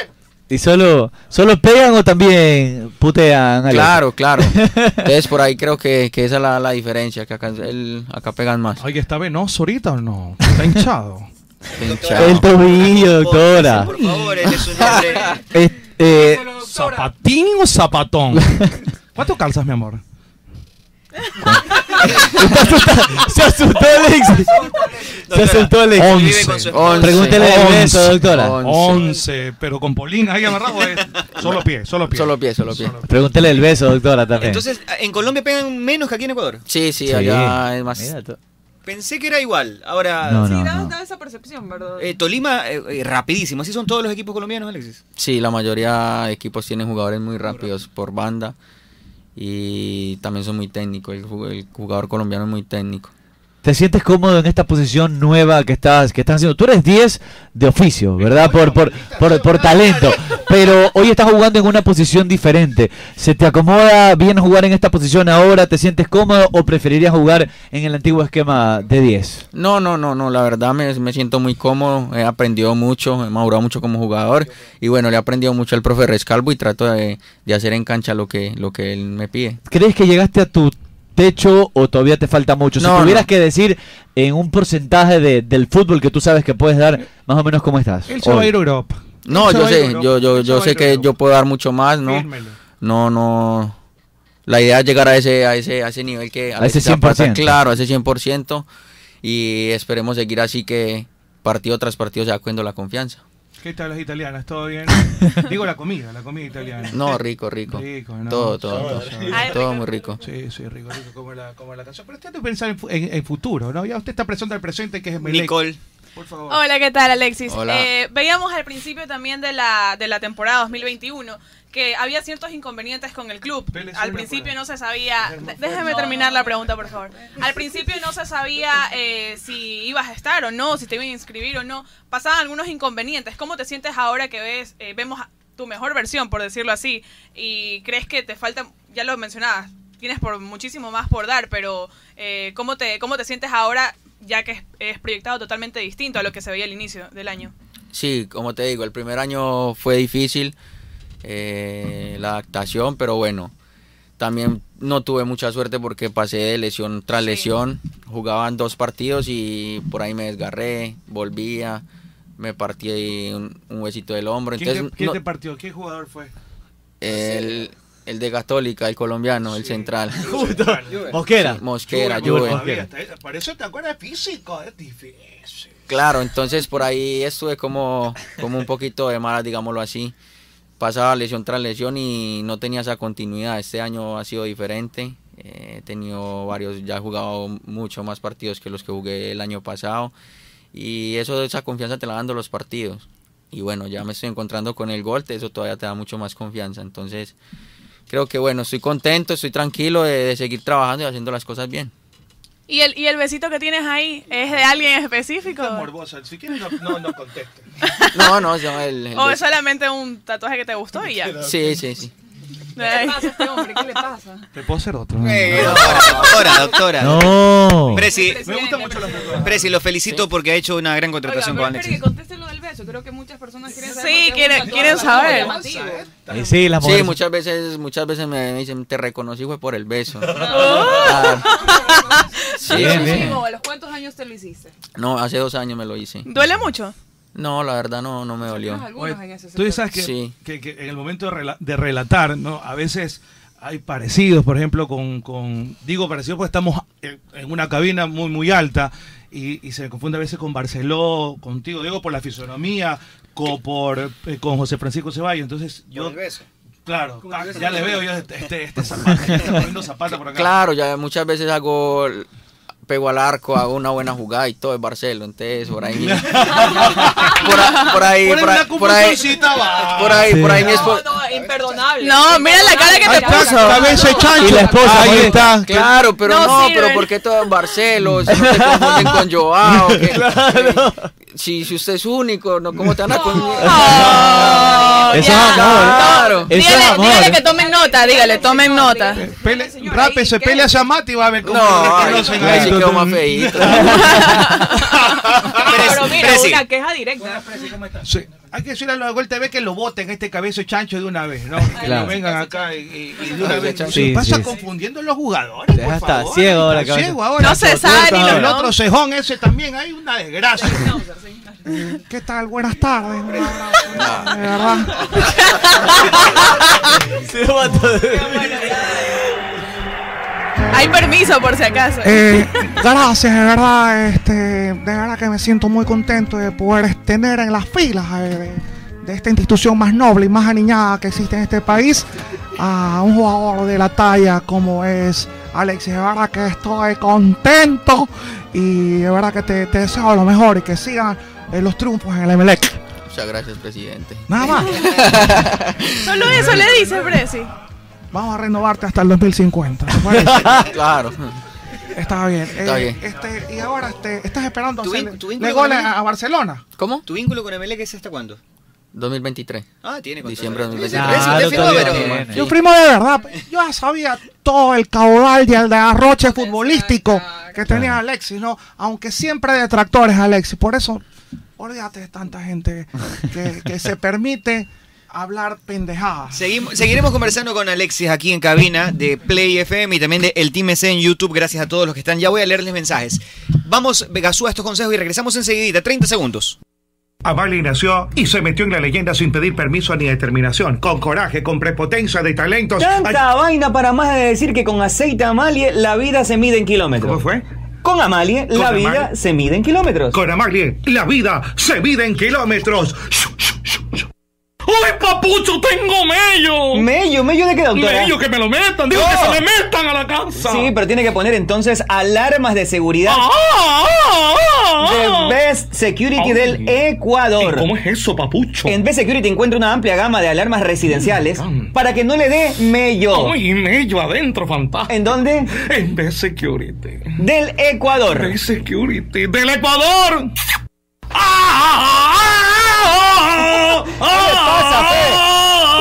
¿Y solo, solo pegan o también putean? Alex? Claro, claro. Entonces por ahí creo que, que esa es la, la diferencia, que acá, el- acá pegan más. Oye, ¿está venoso ahorita o no? ¿Está hinchado? Hinchado. El tobillo, doctora. Por favor, él es un hombre. Es- eh, ¿Zapatín o zapatón? ¿Cuánto calzas, mi amor? se asustó Alexis. Se asustó Alexis. Él vive con su esposa. Once. Pregúntele de Once. beso, doctora. Once, pero con Polín ahí amarrado. eh. Solo pie, solo pie. Solo pie, solo pie. Pregúntele el beso, doctora, también. Entonces, en Colombia pegan menos que aquí en Ecuador. Sí, sí, Sí. allá es más... Mira, to- Pensé que era igual. Ahora, No, Ah, sí, no, da- no. da- esa percepción, ¿verdad? eh, Tolima, eh, eh, rapidísimo. Así son todos los equipos colombianos, Alexis. Sí, la mayoría de equipos tienen jugadores muy rápidos por banda y también son muy técnicos. El, ju- el jugador colombiano es muy técnico. ¿Te sientes cómodo en esta posición nueva que estás, que estás haciendo? Tú eres 10 de oficio, ¿verdad? Por, por, por, por talento. Pero hoy estás jugando en una posición diferente. ¿Se te acomoda bien jugar en esta posición ahora? ¿Te sientes cómodo o preferirías jugar en el antiguo esquema de 10? No, no, no, no, la verdad me, me siento muy cómodo, he aprendido mucho, he madurado mucho como jugador y bueno, le he aprendido mucho al profe Rescalvo y trato de, de hacer en cancha lo que, lo que él me pide. ¿Crees que llegaste a tu techo o todavía te falta mucho? Si No, tuvieras no. que decir en un porcentaje de- del fútbol que tú sabes que puedes dar, más o menos cómo estás. Él se va a hoy? ir a Europa. No, Él se yo va a ir a sé, Europa. yo, yo, Él se yo va a sé ir a que Europa. yo puedo dar mucho más, ¿no? Fírmelo. No, no. La idea es llegar a ese, a ese, a ese nivel que A ese Alexis Zapata, 100%. claro, a ese 100%. Y esperemos seguir así que partido tras partido se va cogiendo la confianza. ¿Qué tal las italianas? ¿Todo bien? Digo la comida, la comida italiana. No, rico, rico. Rico, ¿no? Todo, todo, todo. Ah, Todo muy rico. Sí, sí, rico, rico, como la, como la canción. Pero usted tiene que pensar en, fu- en- en futuro, ¿no? Ya usted está presente al presente, que es Melec. Nicole. Por favor. Ah, Hola, ¿qué tal, Alexis? Hola. Eh, veíamos al principio también de la, de la temporada 2021 que había ciertos inconvenientes con el club. Al principio no se sabía. de- Déjame terminar la pregunta, por favor. Al principio no se sabía eh, si ibas a estar o no, si te iban a inscribir o no. Pasaban algunos inconvenientes. ¿Cómo te sientes ahora que ves, eh, vemos tu mejor versión, por decirlo así? Y crees que te falta, ya lo mencionabas, tienes por muchísimo más por dar, pero eh, ¿cómo, te, ¿cómo te sientes ahora ya que es, es proyectado totalmente distinto a lo que se veía al inicio del año? Sí, como te digo, el primer año fue difícil eh, la adaptación, pero bueno, también no tuve mucha suerte porque pasé de lesión tras lesión, jugaban dos partidos y por ahí me desgarré, volvía, me partí ahí un, un huesito del hombro, ¿Quién, entonces te, quién no- te partió? ¿Qué jugador fue? el, el de Católica, el colombiano, el central. Mosquera. Sí, Mosquera, Juve, Juve, Juve. Mosquera. Por eso te acuerdas físico, es difícil. Claro, entonces por ahí estuve como, como un poquito de malas, digámoslo así. Pasaba lesión tras lesión y no tenía esa continuidad. Este año ha sido diferente. Eh, He tenido varios, ya he jugado mucho más partidos que los que jugué el año pasado. Y eso, esa confianza te la dando los partidos. Y bueno, ya me estoy encontrando con el gol, te- eso todavía te da mucho más confianza. Entonces, creo que bueno, estoy contento, estoy tranquilo de- de seguir trabajando y haciendo las cosas bien. ¿Y el, ¿Y el besito que tienes ahí es de alguien específico? morbosa, si quieres no, no, no contestes. No, no, yo el- Oh, el- ¿O es solamente un tatuaje que te gustó y ya? Sí, sí, sí. Ay. ¿Qué le pasa? ¿Te puedo hacer otro? Eh, doctora, doctora, doctora. No. Presi, Me gusta mucho la foto. Presi, lo felicito porque ha hecho una gran contratación con Pero que Alexis. conteste lo del beso. Creo que muchas personas quieren saber. Sí, por qué quieren- usa todo quieren el tatuaje saber. llamativo. Y Eh, sí, las mujeres- muchas veces, muchas veces me dicen, te reconocí fue por el beso. Sí, Bien, sí. Chivo, ¿A los cuántos años te lo hiciste? No, hace dos años me lo hice. ¿Duele mucho? No, la verdad no, no me dolió. Tú sabes que, Sí. que- que en el momento de, rela- de relatar, ¿no? A veces hay parecidos, por ejemplo, con, con- digo parecidos porque estamos en, en una cabina muy, muy alta y, y se me confunde a veces con Barceló, contigo, digo por la fisonomía, co- por, eh, con José Francisco Ceballos, entonces yo... Claro, ah, beso ya no le se veo ve. yo este, este, este zapato, este está poniendo zapato por acá. Claro, ya muchas veces hago, pego al arco, hago una buena jugada y todo es Barcelo, entonces por ahí. por, a- por ahí, Ponle por ahí, una por ahí. confusioncita, va. Por ahí, por ahí mi esposa. No, imperdonable. No, mira la cara que te puso. chancho. Y la esposa, ahí está. Claro, pero No no, sirven. pero ¿por qué todo en Barcelos? Si no te confunden con Joao. que- que- Si, si usted es único, ¿no? ¿cómo te van a confundir? Eso es ¿eh? Claro. Dígale, dígale que tomen nota, dígale, tomen nota. Pele, rape, se pelea a Mati y va a ver cómo No, lo ay, reconocen ahí sí quedó más feíto. Ah, Pero mira, Presi. una queja directa. Sí. Hay que decirle a la vuelta vez que lo boten este cabezo chancho de una vez, ¿no? Que Claro. lo vengan acá y, y- y de una Cabeza vez. chancho. Se Sí, pasa sí. confundiendo a los jugadores, Ya por está, favor. ciego ahora, Está cabeza. ciego ahora. No se Por sabe cierto, ni lo El no. otro cejón ese también hay una desgracia. ¿Qué tal? Buenas tardes. un abrazo, de verdad. Hay permiso por si acaso. Eh, gracias, de verdad, este, de verdad que me siento muy contento de poder tener en las filas eh, de, de esta institución más noble y más aniñada que existe en este país a un jugador de la talla como es Alexis. De verdad que estoy contento y de verdad que te, te deseo lo mejor y que sigan eh, los triunfos en el Emelec. Muchas gracias, presidente. Nada más. Solo eso le dice Presi. Vamos a renovarte hasta el 2050. ¿te parece? claro. Está bien. Está eh, bien. Este, y ahora este, estás esperando Tu hacerle vin- tu vínculo le goles con el- a, a Barcelona. ¿Cómo? ¿Tu vínculo con Emelec es hasta cuándo? 2023. Ah, tiene contrato. Diciembre de Ah, Claro, 2023. todavía pero- Yo, primo, de verdad, yo ya sabía todo el caudal y el derroche futbolístico que tenía Alexis, ¿no? Aunque siempre hay detractores, Alexis. Por eso, olvídate de tanta gente que, que se permite hablar pendejadas. Seguimos- seguiremos conversando con Alexis aquí en cabina de Play FM y también de El Team EC en YouTube. Gracias a todos los que están. Ya voy a leerles mensajes. Vamos, Vegasú, a estos consejos y regresamos enseguidita. 30 segundos. Amalie nació y se metió en la leyenda sin pedir permiso ni determinación, con coraje, con prepotencia de talentos. Tanta vaina para más de decir que con aceite Amalie la vida se mide en kilómetros. ¿Cómo fue? Con Amalie la vida se mide en kilómetros. Con Amalie, la vida se mide en kilómetros. ¡Uy, papucho, tengo mello! ¿Mello? ¿Mello de qué, doctora? Mello, que me lo metan. Digo, No. que se me metan a la casa. Sí, pero tiene que poner entonces alarmas de seguridad. Ah, ah, ah. De Best Security Ay. del Ecuador. ¿Cómo es eso, papucho? En Best Security encuentra una amplia gama de alarmas residenciales para que no le dé mello. ¡Uy, mello adentro, fantástico! ¿En dónde? En The Security. Del Ecuador. The Security. ¡Del Ecuador! ¡Ah, ¿Qué le ah, pasa, Fe?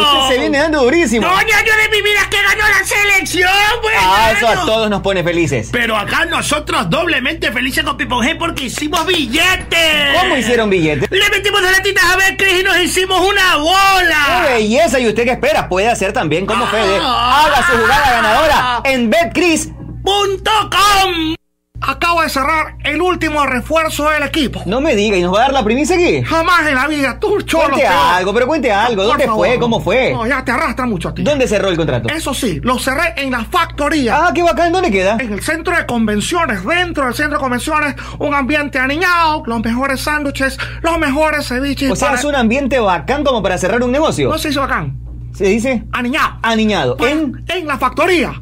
Usted se viene dando durísimo. ¡Coño, yo de mi vida que ganó la selección, pues! Ah, eso hermano. a todos nos pone felices. Pero acá nosotros doblemente felices con Pipon G porque hicimos billetes. ¿Cómo hicieron billetes? Le metimos las latitas a ver, Cris, y nos hicimos una bola. ¡Qué belleza! ¿Y usted qué espera? Puede hacer también como Ah. Fede. Haga su jugada ganadora en BetCris.com. Acabo de cerrar el último refuerzo del equipo. No me diga, ¿y nos va a dar la primicia aquí? Jamás en la vida, tú, cholo. Cuente peor. algo, pero cuente algo. Por ¿Dónde favor. fue? ¿Cómo fue? No, ya te arrastra mucho a ti. ¿Dónde cerró el Eh. contrato? Eso sí, lo cerré en la factoría. Ah, qué bacán, ¿dónde queda? En el centro de convenciones, dentro del centro de convenciones, un ambiente aniñado, los mejores sándwiches, los mejores ceviches. O sea, para- es un ambiente bacán como para cerrar un negocio. No se hizo bacán. ¿Se dice? Aniñado. Aniñado. ¿En? En la factoría.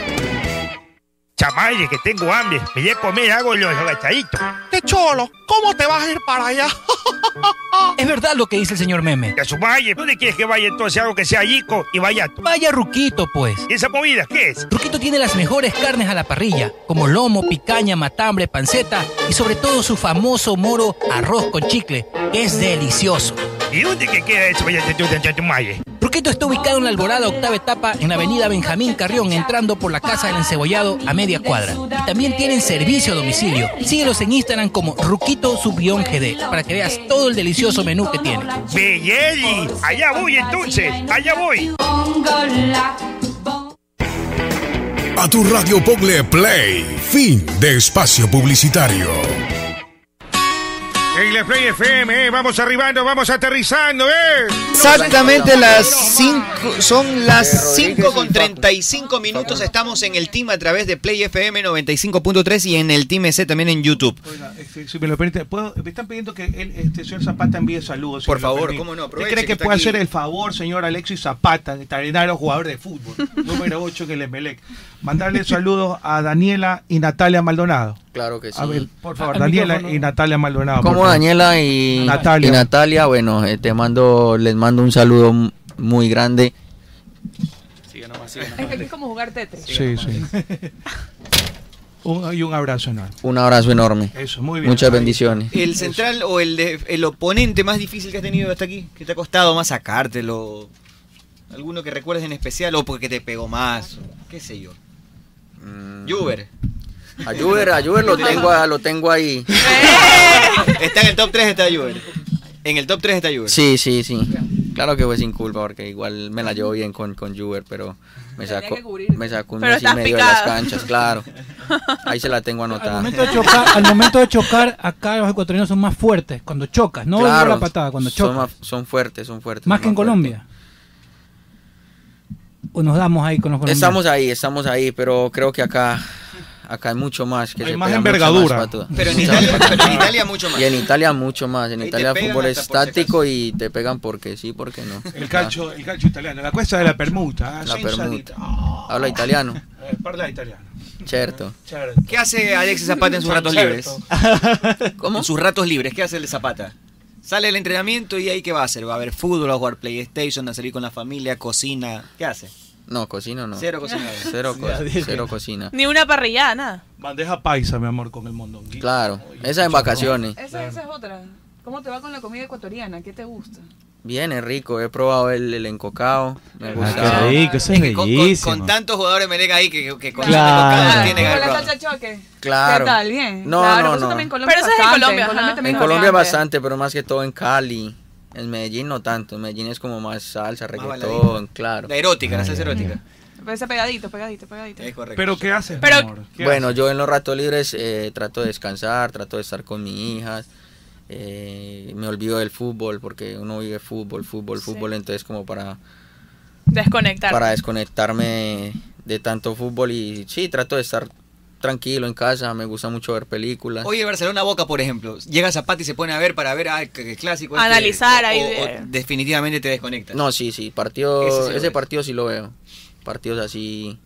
Chamaye, que tengo hambre. Me voy a comer, hago los agachaditos. ¡Qué cholo! ¿Cómo te vas a ir para allá? Es verdad lo que dice el señor Meme. Que a su valle, ¿dónde quieres que vaya entonces? Hago que sea yico y vaya tú. Vaya Ruquito, pues. ¿Y esa comida qué es? Ruquito tiene las mejores carnes a la parrilla, como lomo, picaña, matambre, panceta y sobre todo su famoso moro arroz con chicle, que es delicioso. ¿Y dónde que queda eso? Vaya tú, tú, tú, tú, maye. Ruquito está ubicado en la Alborada Octava Etapa en la avenida Benjamín Carrión, entrando por la Casa del Encebollado a media cuadra. Y también tienen servicio a domicilio. Síguelos en Instagram como Ruquito Subión GD para que veas todo el delicioso menú que tiene. Belleli, allá voy entonces, allá voy. A tu radio Pogle Play, fin de espacio publicitario. En la Play FM, eh, vamos arribando, vamos aterrizando, ¿eh? Exactamente las 5, son las 5 con 35 minutos, estamos en el team a través de Play FM 95.3 y en el team EC también en YouTube. este, Si, si me lo permite, ¿puedo? me están pidiendo que el este, señor Zapata envíe saludos. si Por me lo favor, permite. cómo no, ¿Usted aproveche cree que que está puede aquí. hacer el favor, señor Alexis Zapata, extraordinario jugador de fútbol, número 8 en el Emelec? Mandarle saludos a Daniela y Natalia Maldonado. Claro que sí. A ver, por favor, Al Daniela micrófono. y Natalia Ah, Maldonado. por Como favor. Daniela y y Natalia, Natalia. bueno, eh, te mando, les mando un saludo m- muy grande. Es que aquí es como jugar Tetris. Sí, sí. Un- y un abrazo enorme. Un abrazo enorme. Eso, muy bien. Muchas Ahí. bendiciones. El central o el, de- el oponente más difícil que has tenido hasta aquí, que te ha costado más sacártelo, alguno que recuerdes en especial o porque te pegó más, o qué sé yo. Mm. Juber. A Juber, a Juber lo tengo, a- lo tengo ahí. Está en el top 3 está Juber. En el top 3 está Juber. Sí, sí, sí. Claro que fue sin culpa, porque igual me la llevo bien con, con Juber, pero me sacó, me sacó un Pero mes y estás medio de las picado. canchas, claro. Ahí se la tengo anotada. Al momento de chocar, al momento de chocar, acá los ecuatorianos son más fuertes cuando chocas, no Claro, la patada, cuando son, chocas. más- son fuertes, son fuertes. Más son que en Colombia. Pues O nos damos ahí con los colombianos. Estamos ahí, estamos ahí, pero creo que acá acá hay mucho más. Que Hay se más pega mucho envergadura. más patuda. Pero en Sí, Italia- patuda. pero en Italia mucho más. Y en Italia mucho más. En te Italia pegan fútbol hasta es táctico y te pegan porque sí, porque no. El calcio, el calcio italiano, la cuesta de la permuta. ah, La sensualita. permuta. Habla italiano. Eh, parla italiano. Certo. ¿Qué hace Alexis Zapata en sus ratos libres? ¿Cómo? En sus ratos libres, ¿qué hace el Zapata? Sale del entrenamiento y ahí qué va a hacer? ¿Va a ver fútbol, va a jugar PlayStation, a salir con la familia, cocina? ¿Qué hace? No, cocino no. Cero cocinado. Cero, co- Ya, dije. cero cocina. Ni una parrillada, nada. Bandeja paisa, mi amor, con el mondonguito. Claro, esa en vacaciones. Esa, esa es otra. ¿Cómo te va con la comida ecuatoriana? ¿Qué te gusta? Bien, es rico. He probado el, el encocado. Me Ah, gusta. qué rico, eso es que con- con- bellísimo. con Tantos jugadores me llega ahí que, que, que con Claro. tantos tiene que Con haber la probado. salsa choque. Claro. ¿Qué tal? Bien. No, claro, no, eso no. también en Colombia Pero eso es en bastante. Colombia, ajá. En también es Colombia bastante. bastante, pero más que todo en Cali. En Medellín no tanto. En Medellín es como más salsa, reggaetón, bailadita. claro. La erótica, la salsa erótica. Pero ese pegadito, pegadito, pegadito. Es correcto. Pero ¿qué haces, Pero- mi amor? ¿Qué Bueno, yo en los ratos libres eh, trato de descansar, trato de estar con mis hijas. eh, me olvido del fútbol porque uno vive fútbol, fútbol, fútbol. Entonces, como para, Desconectar. para desconectarme de tanto fútbol. Y sí, trato de estar tranquilo en casa. Me gusta mucho ver películas. Oye, Barcelona Boca, por ejemplo. Llega Zapata y se pone a ver para ver ah, qué qué clásico. este, Analizar o- ahí o- de- o definitivamente te desconectas. No, sí, sí, partido, Ese sí ese, lo ves. partido sí lo veo. Partidos así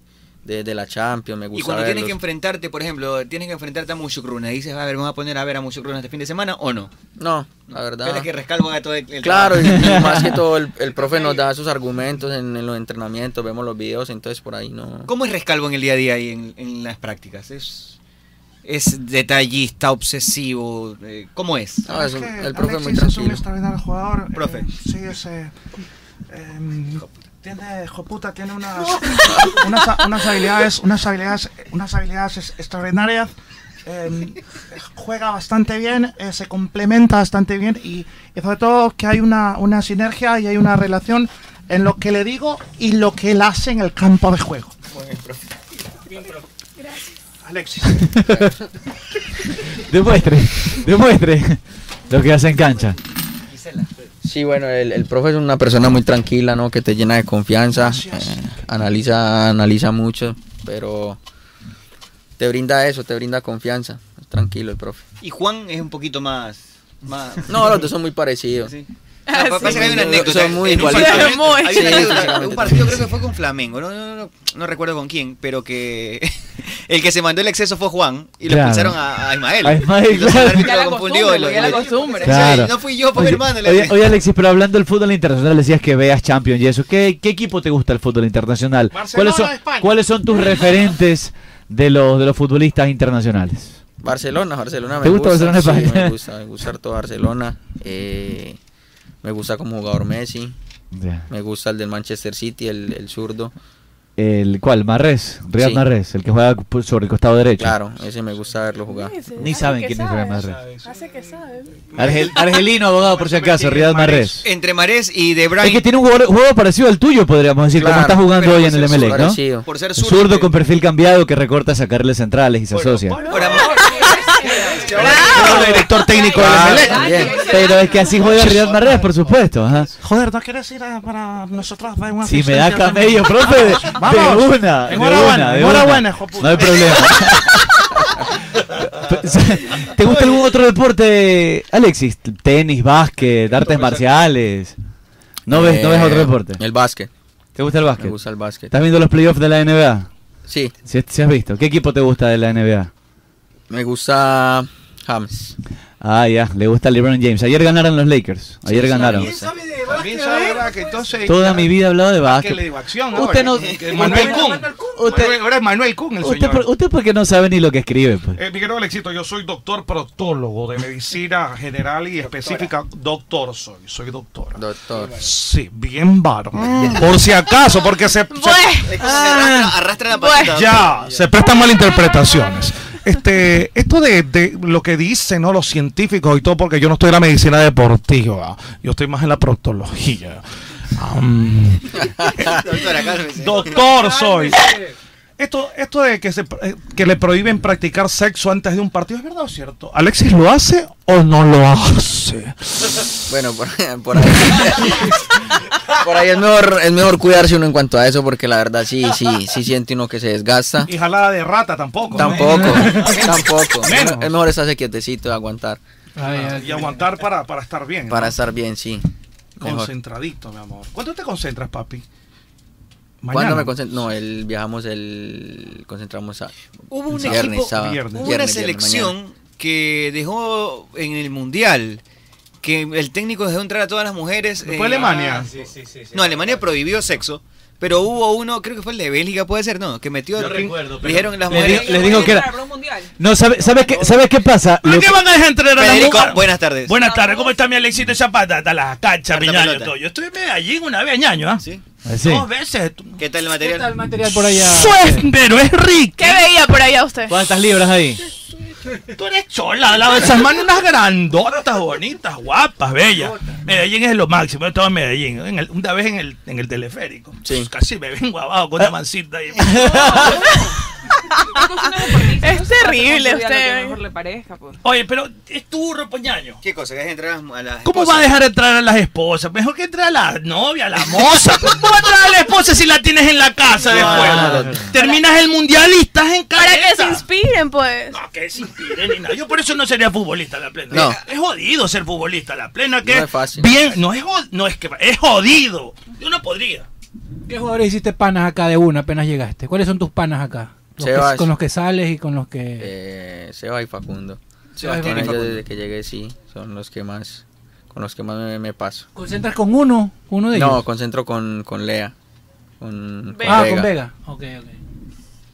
de, de la Champions, me gusta Y cuando tienes que verlos. enfrentarte, por ejemplo, tienes que enfrentarte a Mushukruna, y dices, a ver, vamos a poner a ver a Mushukruna este fin de semana o no. No, la verdad. Espera que rescalva todo el, el Claro, y, trabajo. y más que todo el, el profe nos da sus argumentos en, en los entrenamientos, vemos los videos, entonces por ahí no. ¿Cómo es Rescalvo en el día a día y en, en las prácticas? ¿Es, es detallista, obsesivo? eh, ¿Cómo es? No, es un- que el profe es muy Alexis es un tranquilo. extraordinario jugador. Profe. eh, sí, es. eh, em, tiene, joputa, tiene unas, unas, ha- unas habilidades, unas habilidades, unas habilidades es- extraordinarias. em, juega bastante bien, eh, se complementa bastante bien y, y sobre todo que hay una, una sinergia y hay una relación en lo que le digo y lo que él hace en el campo de juego. Alexis. Demuestre, demuestre lo que hace en cancha. Sí, bueno, el, el profe es una persona muy tranquila, ¿no? Que te llena de confianza, eh, analiza, analiza mucho, pero te brinda eso, te brinda confianza. Es Tranquilo el profe. Y Juan es un poquito más... más- No, los dos son muy parecidos. No, Ah, pa- pasa que hay una Son anécdota. muy en un igualitos. partido- Sí, muy. hay una Sí, anécdota de un sinceramente. partido creo que fue con Flamengo, no, no, no, no, no recuerdo con quién, pero que el que se mandó el exceso fue Juan y lo Claro. expulsaron a, a Ismael. A Ismael, Entonces, claro. el árbitro Ya la lo confundió. costumbre, y lo- ya la y lo- costumbre. O sea, Claro. No fui yo, fue mi Oye, hermano. le- Oye, oye, Alexis, pero hablando del fútbol internacional, decías que veas Champions y eso. ¿Qué, qué equipo te gusta el fútbol internacional? Barcelona, ¿Cuáles son, España. ¿Cuáles son tus referentes de los, de los futbolistas internacionales? Barcelona, Barcelona me ¿Te gusta Barcelona, sí, España? me gusta, me gusta harto Barcelona. eh, me gusta como jugador Messi. Ya. Me gusta el del Manchester City, el, el zurdo. ¿El cuál? Marrés, Riyad Sí. Marrés, el que juega por- sobre el costado derecho. Claro, ese me gusta verlo jugar. Ni saben quién es Riyad Marrés. Hace que sabe. Argel- argelino abogado, por si acaso, Riyad Marrés. Entre Marés y De Bruyne. Es que tiene un juego, juego parecido al tuyo, podríamos decir, Claro, como está jugando pero hoy por en el ser zurdo, Emelec, parecido. ¿no? Por ser Un zurdo, zurdo con perfil cambiado que recorta a sacarle centrales y se asocia. Pero director técnico del Emelec. Pero es que así juega Riyad Marrés, por supuesto. ajá. Joder, ¿no quieres ir a, para nosotros? Hay una Si me asistencia da camello, también? profe, de, de Vamos. una. De Enhorabuena, una, de enhorabuena, una. hijo puta. No hay problema. ¿Te gusta algún otro deporte, Alexis? Tenis, básquet, artes marciales. ¿No ves, ¿No ves Eh, otro deporte? El básquet. ¿Te gusta el básquet? Me gusta el básquet. ¿Estás viendo los playoffs de la NBA? Sí. Si, si has visto. ¿Qué equipo te gusta de la NBA? Me gusta James. Ah, ya, le gusta LeBron James. Ayer ganaron los Lakers. Ayer ganaron. También sabe ahora que entonces. Toda mi vida he hablado de ¿A qué básquet. le digo acción? Usted no- Que Manuel Kun. Manuel- Ahora es Manuel Kun el Usted, señor. por- usted porque no sabe ni lo que escribe, pues. Eh, mi querido Alexito, yo soy doctor proctólogo de medicina general y específica. Doctor soy, soy doctora. Doctor. Sí, bien bárbaro. Mm. Por si acaso, porque se, se- Pues, Ah. arrastra, arrastra la patita. ya, se prestan malinterpretaciones. Este, esto de, de lo que dicen ¿no? los científicos y todo, porque yo no estoy en la medicina deportiva, yo estoy más en la proctología. Am, Doctora, cálmese. doctor soy. Esto, esto de que, se, eh, que le prohíben practicar sexo antes de un partido, ¿es verdad o cierto? ¿Alexis lo hace o no lo hace? Bueno, por, por ahí. por ahí es mejor, es mejor cuidarse uno en cuanto a eso, porque la verdad sí, sí, sí siente uno que se desgasta. Y jalada de rata tampoco. ¿no? Tampoco, tampoco. Es mejor estarse quietecito y aguantar. y aguantar para, para estar bien. Para ¿no? estar bien, sí. Mejor. Concentradito, mi amor. ¿Cuánto te concentras, papi? ¿Cuándo Mañana. me concentro? No, el viajamos el concentramos a Hubo un viernes, equipo, sábado, hubo viernes, una viernes, selección mañana. que dejó en el mundial que el técnico dejó entrar a todas las mujeres. ¿Fue Alemania? ah, No, Alemania prohibió sexo, Pero hubo uno, creo que fue el de Bélgica, puede ser, no, que metió. No el ring- recuerdo, pero- dijeron las Le mujeres. dijo- les dijo que era- No, ¿sabe- ¿sabes qué, ¿sabes qué pasa? ¿Por Lo- qué van a dejar entrenar a la Federico, mujer? buenas tardes. Buenas tardes, ¿cómo está mi Alexito Zapata? Está la cancha, mi ñaño, pelota. todo. Yo estuve allí una vez, ñaño, ¿ah? Eh, sí. Dos veces. ¿Qué tal el material? material por allá? Sue- pero es rico. ¿Qué veía por allá usted? ¿Cuántas libras ahí? Tú eres chola, la, esas manos unas grandotas, bonitas, guapas, bellas. Medellín es lo máximo, yo estaba en Medellín, en el- una vez en el, en el teleférico. Pues casi me vengo abajo con una mancita ahí. Es terrible Lo que usted. mejor le parezca, pues. Oye, pero es turro, poñaño. ¿Qué cosa? ¿Que dejes entrar a las- a las ¿Cómo esposas? va a dejar entrar a las esposas? Mejor que entre a la novia, a la moza. ¿Cómo va a entrar a la esposa si la tienes en la casa Ah, después? Terminas el mundial y estás en Para que se caleta. inspiren, pues. No, que se inspiren ni nada. Yo por eso no sería futbolista a la plena. No. Es jodido ser futbolista a la plena. Que No es fácil. Bien, no es, jod- no es que es jodido. Yo no podría. ¿Qué jugadores hiciste panas acá de uno apenas llegaste? ¿Cuáles son tus panas acá? Los que- Sebas. con los que sales y con los que... Eh, Seba y Facundo. Seba y Con Facundo. ellos desde que llegué sí, son los que más, con los que más me, me paso. ¿Concentras con uno? ¿Uno de No, ellos? concentro con, con Lea. Con, Ah, con Vega. Ok, ok.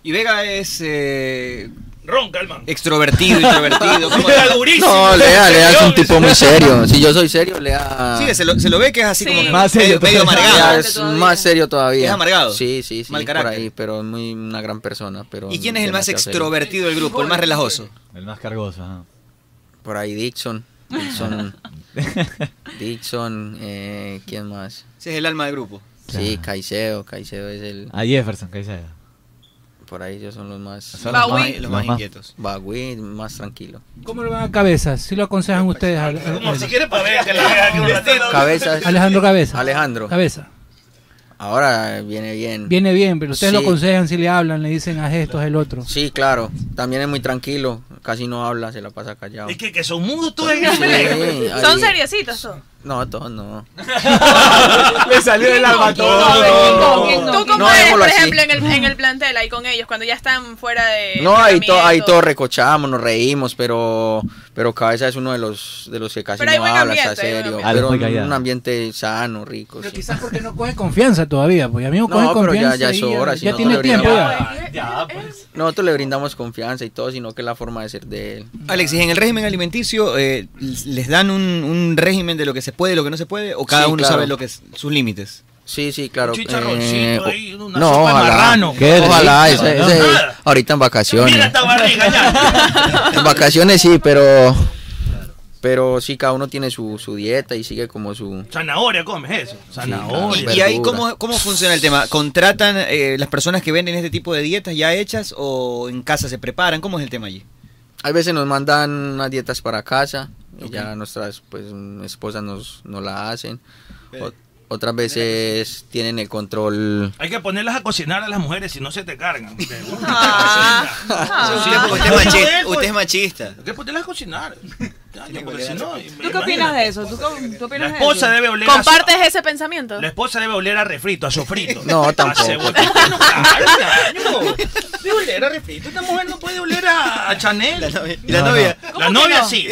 Y Vega es. Eh... Ronca, el man. Extrovertido, introvertido. ¿cómo Era es? durísimo. No, Lea, Lea es un tipo muy serio. Si yo soy serio, Lea. Sí, se lo, se lo ve que es así Sí. como Más serio medio- medio todavía. amargado. Ya es más serio todavía. Es amargado. Sí, sí, sí. Mal por carácter. ahí, pero es muy una gran persona. Pero ¿Y quién es el más demasiado serio. extrovertido del grupo, el más relajoso? El más cargoso, ajá. Por ahí Dixon. Dixon. Dixon. Eh, ¿Quién más? Ese es el alma del grupo. Sí, Caicedo. Caicedo es el. A Jefferson, Caicedo. Por ahí ellos son los más. Son los Bagui. más- los más inquietos. Bagui, más tranquilo. ¿Cómo lo van a Cabezas? Si Ah, lo aconsejan ustedes. Ale- Como Ale- si quieres para ver que la vea aquí un ratito. Cabezas. Alejandro Cabeza. Alejandro. Cabeza. Ahora eh, viene bien. Viene bien, pero ustedes lo Sí. aconsejan si le hablan, le dicen a gestos el otro. Sí, claro. También es muy tranquilo. Casi no habla, se la pasa callado. Es que, que son mudos todos en Sí, la pelea. ahí- Son seriecitos, tú. No, todos no. Le salió el alma a No, todo. no, no. Tú como No, eres, déjalo por así. ejemplo, en el, en el plantel, ahí con ellos, cuando ya están fuera de... No, ahí, to- ahí entrenamiento. todos recochamos, nos reímos, pero, pero Cabeza es uno de los, de los que casi Pero hay no buen habla, ambiente, está hay buen serio. ambiente. Pero Ah, muy un, callado. ambiente sano, rico. sí. Porque no coge confianza todavía, pues amigo No, coge pero confianza. ya, ya y es hora. si ya no, tiene le tiempo brindamos- ya. Nosotros le brindamos confianza y todo, sino que la forma de ser de él. Mm. Alex, ¿y en el régimen alimenticio eh, les dan un, un régimen de lo que se puede y lo que no se puede? ¿O cada Sí, uno claro. sabe lo que es, sus límites? Sí, sí, claro. chicharroncito eh, ahí, o- una no, sopa de ojalá, marrano. Qué ojalá, rico, ese- ¿no? ese- Nada. ahorita en vacaciones. Mira esta barriga ya. En vacaciones sí, pero pero sí cada uno tiene su, su dieta y sigue como su Zanahoria comes eso. Zanahoria. claro. ¿Y ahí Verdura. cómo, cómo funciona el tema? ¿Contratan eh, las personas que venden este tipo de dietas ya hechas o en casa se preparan? ¿Cómo es el tema allí? a veces nos mandan unas dietas para casa y ya nuestras pues esposas nos nos la hacen. O- otras veces tienen el control. Hay que ponerlas a cocinar a las mujeres si no se te cargan. Te gusta, Ah. cocina. Ah. Usted es machista, usted es machista. Hay que ponerlas a cocinar. Coño, porque si no, ¿Tú qué opinas de eso? ¿Tú, qué- tú opinas La de esposa eso? debe oler a- ¿Compartes ese pensamiento? La esposa debe oler a refrito, a sofrito. No, tampoco. A cebolla. No, claro, Debe oler a refrito. Esta mujer no puede oler a, a Chanel. ¿Y la novia? La novia sí.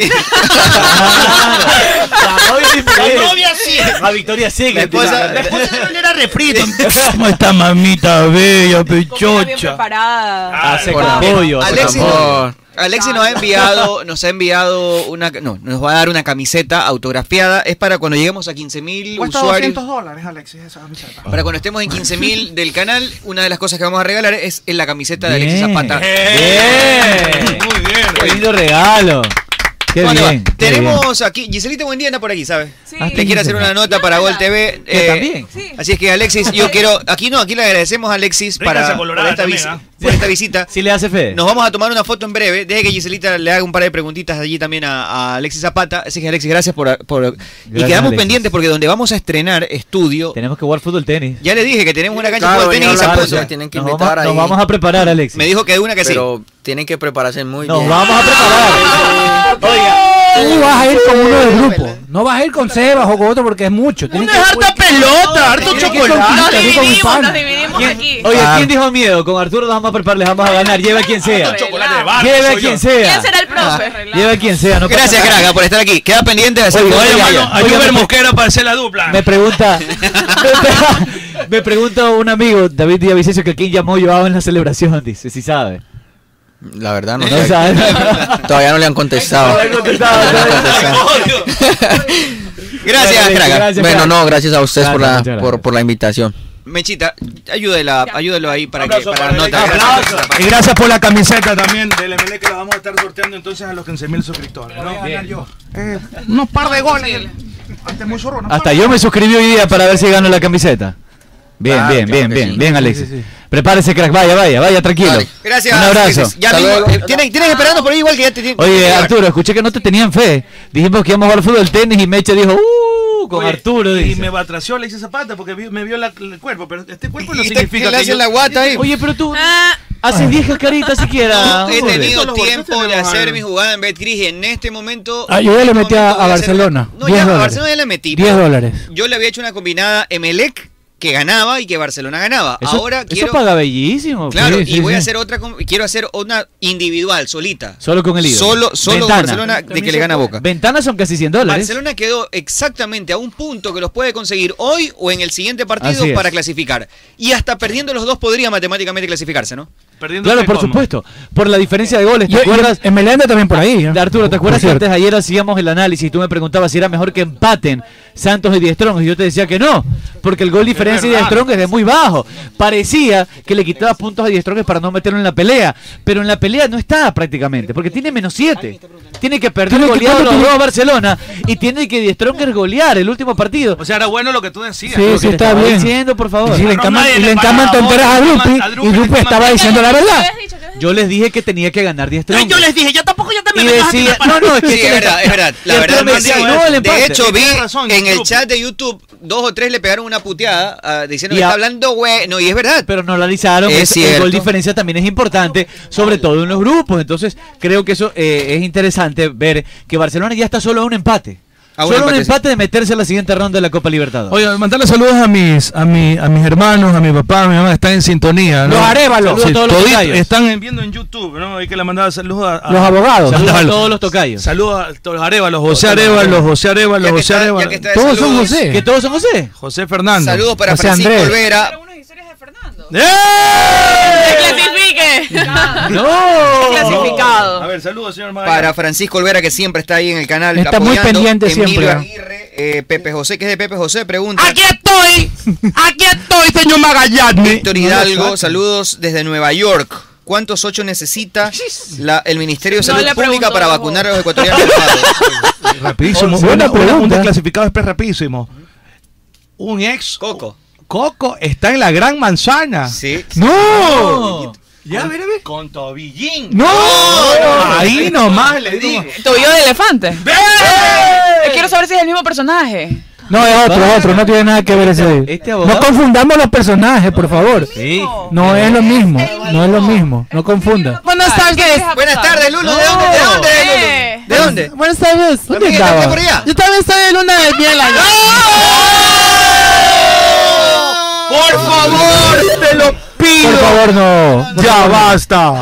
Ah, La novia La novia sí. A Victoria sigue. La esposa, la esposa debe oler a refrito. ¿Cómo está mamita bella, pechocha? Preparada. Hace Por con amor. pollo, Alexis, con amor. Alexis nos ha enviado, nos ha enviado una, no, nos va a dar una camiseta autografiada. Es para cuando lleguemos a 15.000 Cuesta usuarios. 200 dólares, Alexis, esa camiseta. Para cuando estemos en 15.000 del canal, una de las cosas que vamos a regalar es en la camiseta de Alexis Bien. Zapata. Bien. Muy bien. Qué lindo regalo. Qué Bueno, bien. qué bien. tenemos aquí, Giselita Buendía anda por aquí, ¿sabes? Ah, Te quiere hacer una nota eh, para Gol TV. Yo también. Así es que Alexis, yo quiero, aquí no, aquí le agradecemos a Alexis Venga, para, esa colorada por esta también, visi- ¿ah? por esta visita. Si le hace fe. Nos vamos a tomar una foto en breve. Deje que Giselita le haga un par de preguntitas allí también a, a Alexis Zapata. Así que Alexis, gracias por... por- y quedamos Alexis. pendientes porque donde vamos a estrenar estudio... Tenemos que jugar fútbol tenis. Ya le dije que tenemos una cancha Claro, de tenis venía y se hablando, apunta. me tienen que Nos invitar vamos- nos ahí. vamos a preparar, Alexis. Me dijo que de una que sí. Pero tienen que prepararse muy Nos bien. vamos a preparar. Tú vas a ir con uno del grupo. No vas a ir con Sebas o con otro porque es mucho. Tienes que- pelota, harto chocolate. Nos Aquí con mi dividimos, pan. nos dividimos aquí. Oye, ¿quién dijo miedo? Con Arturo vamos a prepararles, vamos a ganar. Lleva a quien sea. Lleva a quien sea. ¿Quién será el Ah, profe? Lleva a quien sea. No pasa Gracias, nada. Craga, por estar aquí. Queda pendiente de hacer Oiga, Oye, oiga, Maya. mano, oiga, me- Mosquera para hacer la dupla. Me pregunta, me, pre- me pregunta un amigo, David Villavicencio, que a quién llamó Joao en la celebración, dice, si sabe. La verdad, no, No sé. sabe. Todavía no le han contestado. No le han contestado, No le han ¿sabes? contestado. Gracias, Bueno, Craga. gracias, Bueno, no, gracias a ustedes por Gracias, la, muchas gracias. por, por la invitación. Mechita, ayúdela, ayúdelo ahí para que para la nota. Y gracias por la camiseta también del MLE que la vamos a estar sorteando entonces a los 15 mil suscriptores. ¿no? Eh, unos par de goles. Ante Musurro, unos Hasta yo me suscribí hoy día para ver si gano la camiseta. Bien, Ah, bien, claro bien, que bien, sí. bien, Alexis. Prepárese, crack. Vaya, vaya, vaya, tranquilo. Gracias. Un abrazo. Ya mismo, eh, tienen, tienen esperando por ahí igual que ya te tienen. Oye, Arturo, escuché que no te tenían fe. Dijimos que íbamos a jugar fútbol, tenis y Meche dijo, ¡uh! Con Oye, Arturo, Y dice. me batració le hice Zapata porque vi- me vio la- el cuerpo, pero este cuerpo no Y te- significa que le hacen la guata ahí. Oye, pero tú haces viejas caritas siquiera. He hombre. tenido tiempo de hacer mi jugada en Betcris y en este momento. Ah, yo ya le metí a, a voy a hacer- Barcelona. No, 10 ya, a dólares. Barcelona ya le metí. 10 pero dólares. Yo le había hecho una combinada Emelec que ganaba y que Barcelona ganaba. Eso, Ahora eso quiero. paga bellísimo. Claro, Sí, y sí, voy a sí. hacer otra, com- quiero hacer una individual, solita. Solo con el ídolo. Solo, solo Ventana. Barcelona de que le gana a Boca. Ventanas son casi 100 dólares. Barcelona quedó exactamente a un punto que los puede conseguir hoy o en el siguiente partido Así es. para clasificar. Y hasta perdiendo los dos podría matemáticamente clasificarse, ¿no? Claro, por supuesto. Por la diferencia de goles. ¿Te acuerdas? En Melenda también por ahí. ¿eh? De Arturo, ¿te acuerdas Por que cierto. antes de ayer hacíamos el análisis y tú me preguntabas si era mejor que empaten Santos y Diestrong? Y yo te decía que no, porque el gol diferencia de verdad. Diestrong es de muy bajo. Parecía que le quitaba puntos a Diestrong para no meterlo en la pelea, pero en la pelea no está prácticamente, porque tiene menos 7. Tiene que perder Tiene que goleado cuatro los dos tiene- a Barcelona y tiene que Diestrong golear el último partido. O sea, era bueno lo que tú decías. Sí, Lo que sí, te está estaba bien. diciendo, por favor. Y si le No, encaman- nadie y le paga encaman la tonteras voz, a Drupi, encaman- a y Drupi le estaba encaman- diciendo la ¿Qué verdad. habías dicho? Yo les dije que tenía que ganar 10 Ay, troncos. yo les dije, ya tampoco, ya Y también. me dejaste decía, preparar. no, no, es que Sí, es verdad, es verdad. La verdad, no han dicho- de hecho, vi en el chat de YouTube dos o tres le pegaron una puteada ah, diciendo que Y a- está hablando, güey. No, y es verdad. Pero no analizaron. Es Es el gol cierto. diferencia también es importante, sobre todo en los grupos. Entonces, creo que eso eh, es interesante ver que Barcelona ya está solo a un empate. A un solo a un empate, sí. empate de meterse a la siguiente ronda de la Copa Libertadores. Oye, mandarle saludos a mis, a, mi, a mis hermanos, a mi papá, a mi mamá, están en sintonía. ¿no? Los arévalos. Sí, Saludos a todos los toditos tocayos. están en- viendo en YouTube, ¿no? Hay que le mandaba saludos a, a- Los abogados. Saludos a Arévalos. todos los tocayos. Saludos a todos los arévalos, José Todos los Arévalos, arévalos. José Arévalos, Ya que está- José ya Arévalos. que está de saludos. ¿Que todos son José? José Fernando. Saludos para Francisco Olvera. clasifique. No. Clasificado. A ver, saludos, señor Magallanes. Para Francisco Olvera, que siempre está ahí en el canal. Está muy apoyando. pendiente Emilio siempre. Aguirre, eh, Pepe José, que es de Pepe José, pregunta. Aquí estoy, aquí estoy, señor Magallanes. Víctor Hidalgo, saludos desde Nueva York. ¿Cuántos ocho necesita la- el Ministerio de No Salud le Pública preguntó, para no. vacunar a los ecuatorianos? Rapidísimo. Once. Una, Buena una, un pregunta. desclasificado express rapidísimo. Un ex. Coco. Coco está en la gran manzana. Sí. ¡No! Ya, con, Con tobillín. ¡No! Ahí nomás le digo. Tobillo de elefante. Yo Quiero saber si es el mismo personaje. No, es otro, es otro. No tiene nada que ver ese. abogado- No confundamos los personajes, por favor. No es lo mismo. No es lo mismo. No confundan. Buenas tardes. Buenas tardes, Lulo. ¿De dónde? ¿De dónde, Lulo? ¿De dónde? Buenas tardes. ¿Dónde Amiga, ¿estás andaba? por allá? Yo también estoy de luna de miel allá. Por favor, te lo pido. Por favor, no. Ya basta.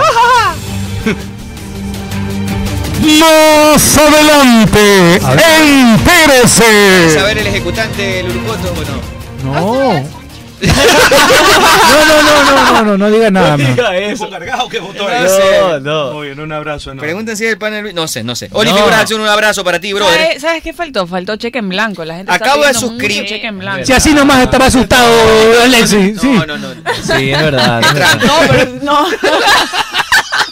Más adelante, entérese. ¿Saber el ejecutante Lulucoto o no? No. No, no, no, no, no, no, no diga nada. no. Un gargajo que votó No, ese. no. Muy bien, un abrazo. enorme. Pregunten si es el panel. No sé, no sé. Oli No. Figueroa Jackson, un abrazo para ti, brother. ¿Sabes, sabes qué faltó? Faltó cheque en blanco. La gente Acabo de está pidiendo mucho suscribir- Cheque en blanco. Si así nomás estará asustado, Alexis. Oh, Sí. Sí, es verdad. es verdad. No, pero no.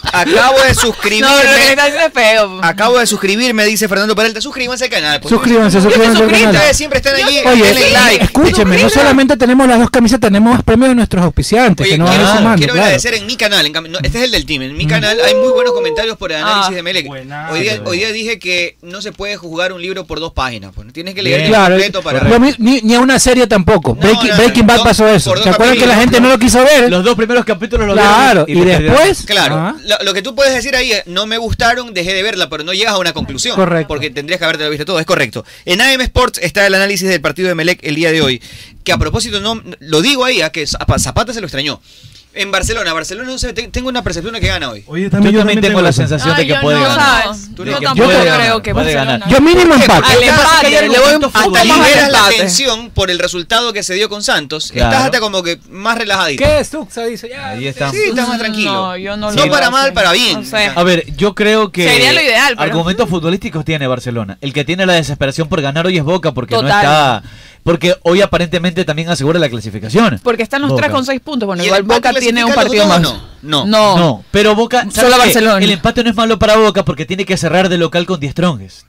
Acabo de suscribirme. No, pero lo que está haciendo es feo. Acabo de suscribirme, dice Fernando Peralta. Suscríbanse al canal. por favor. Suscríbanse, suscríbanse al canal. Ustedes siempre están allí. denle Oye, like. escúcheme, no solamente tenemos las dos camisetas, tenemos más premios de nuestros auspiciantes. Oye, que nos van quiero, sumando, quiero claro. agradecer en mi canal, en cambio- no, este es el del team, en mi canal hay muy buenos comentarios por el análisis de Melec. Hoy día, hoy día dije que no se puede juzgar un libro por dos páginas, pues, tienes que leer el Claro, completo para... lo mi- ni, ni a una serie tampoco. Breaking, Breaking Bad pasó eso. por dos ¿Se acuerdan que la capítulos, gente no lo quiso ver? Los dos primeros capítulos los Claro, vieron y después- ah, Claro, Ajá. lo- los lo que tú puedes decir ahí es, no me gustaron, dejé de verla, pero no llegas a una conclusión. Correcto. Porque tendrías que haberte visto todo, es correcto. En AM Sports está el análisis del partido de Melec el día de hoy, que a propósito, no lo digo ahí, a que Zap- Zapata se lo extrañó. En Barcelona, Barcelona no se, te- tengo una percepción de que gana hoy. Oye, también- Yo yo también también tengo tengo la esa. sensación de que puede ganar. Tú De no que tampoco puede creo ganar, que puede Barcelona- ganar. Yo mínimo ¿Por qué? empate. Porque Al pasa Ah, empate, que hay le voy argumentos hasta más al futbolísticos. liberas la empate. tensión por el resultado que se dio con Santos. Claro. Estás hasta como que más relajadito. ¿Qué es Tuxa? Dice, ya. Ahí está. Sí, estás más tranquilo. No, yo no No lo para veo mal, así. para bien. No sé. A ver, yo creo que Sería lo ideal, pero- argumentos futbolísticos tiene Barcelona. El que tiene la desesperación por ganar hoy es Boca porque no Total. está porque hoy aparentemente también asegura la clasificación. Porque están los Boca. tres con seis puntos. Bueno, ¿Y el igual empate Boca tiene un clasifica partido a los más. dos o No. No. No, pero Boca ¿sabes Solo qué? Barcelona. El empate no es malo para Boca porque tiene que cerrar de local con 10 strongest.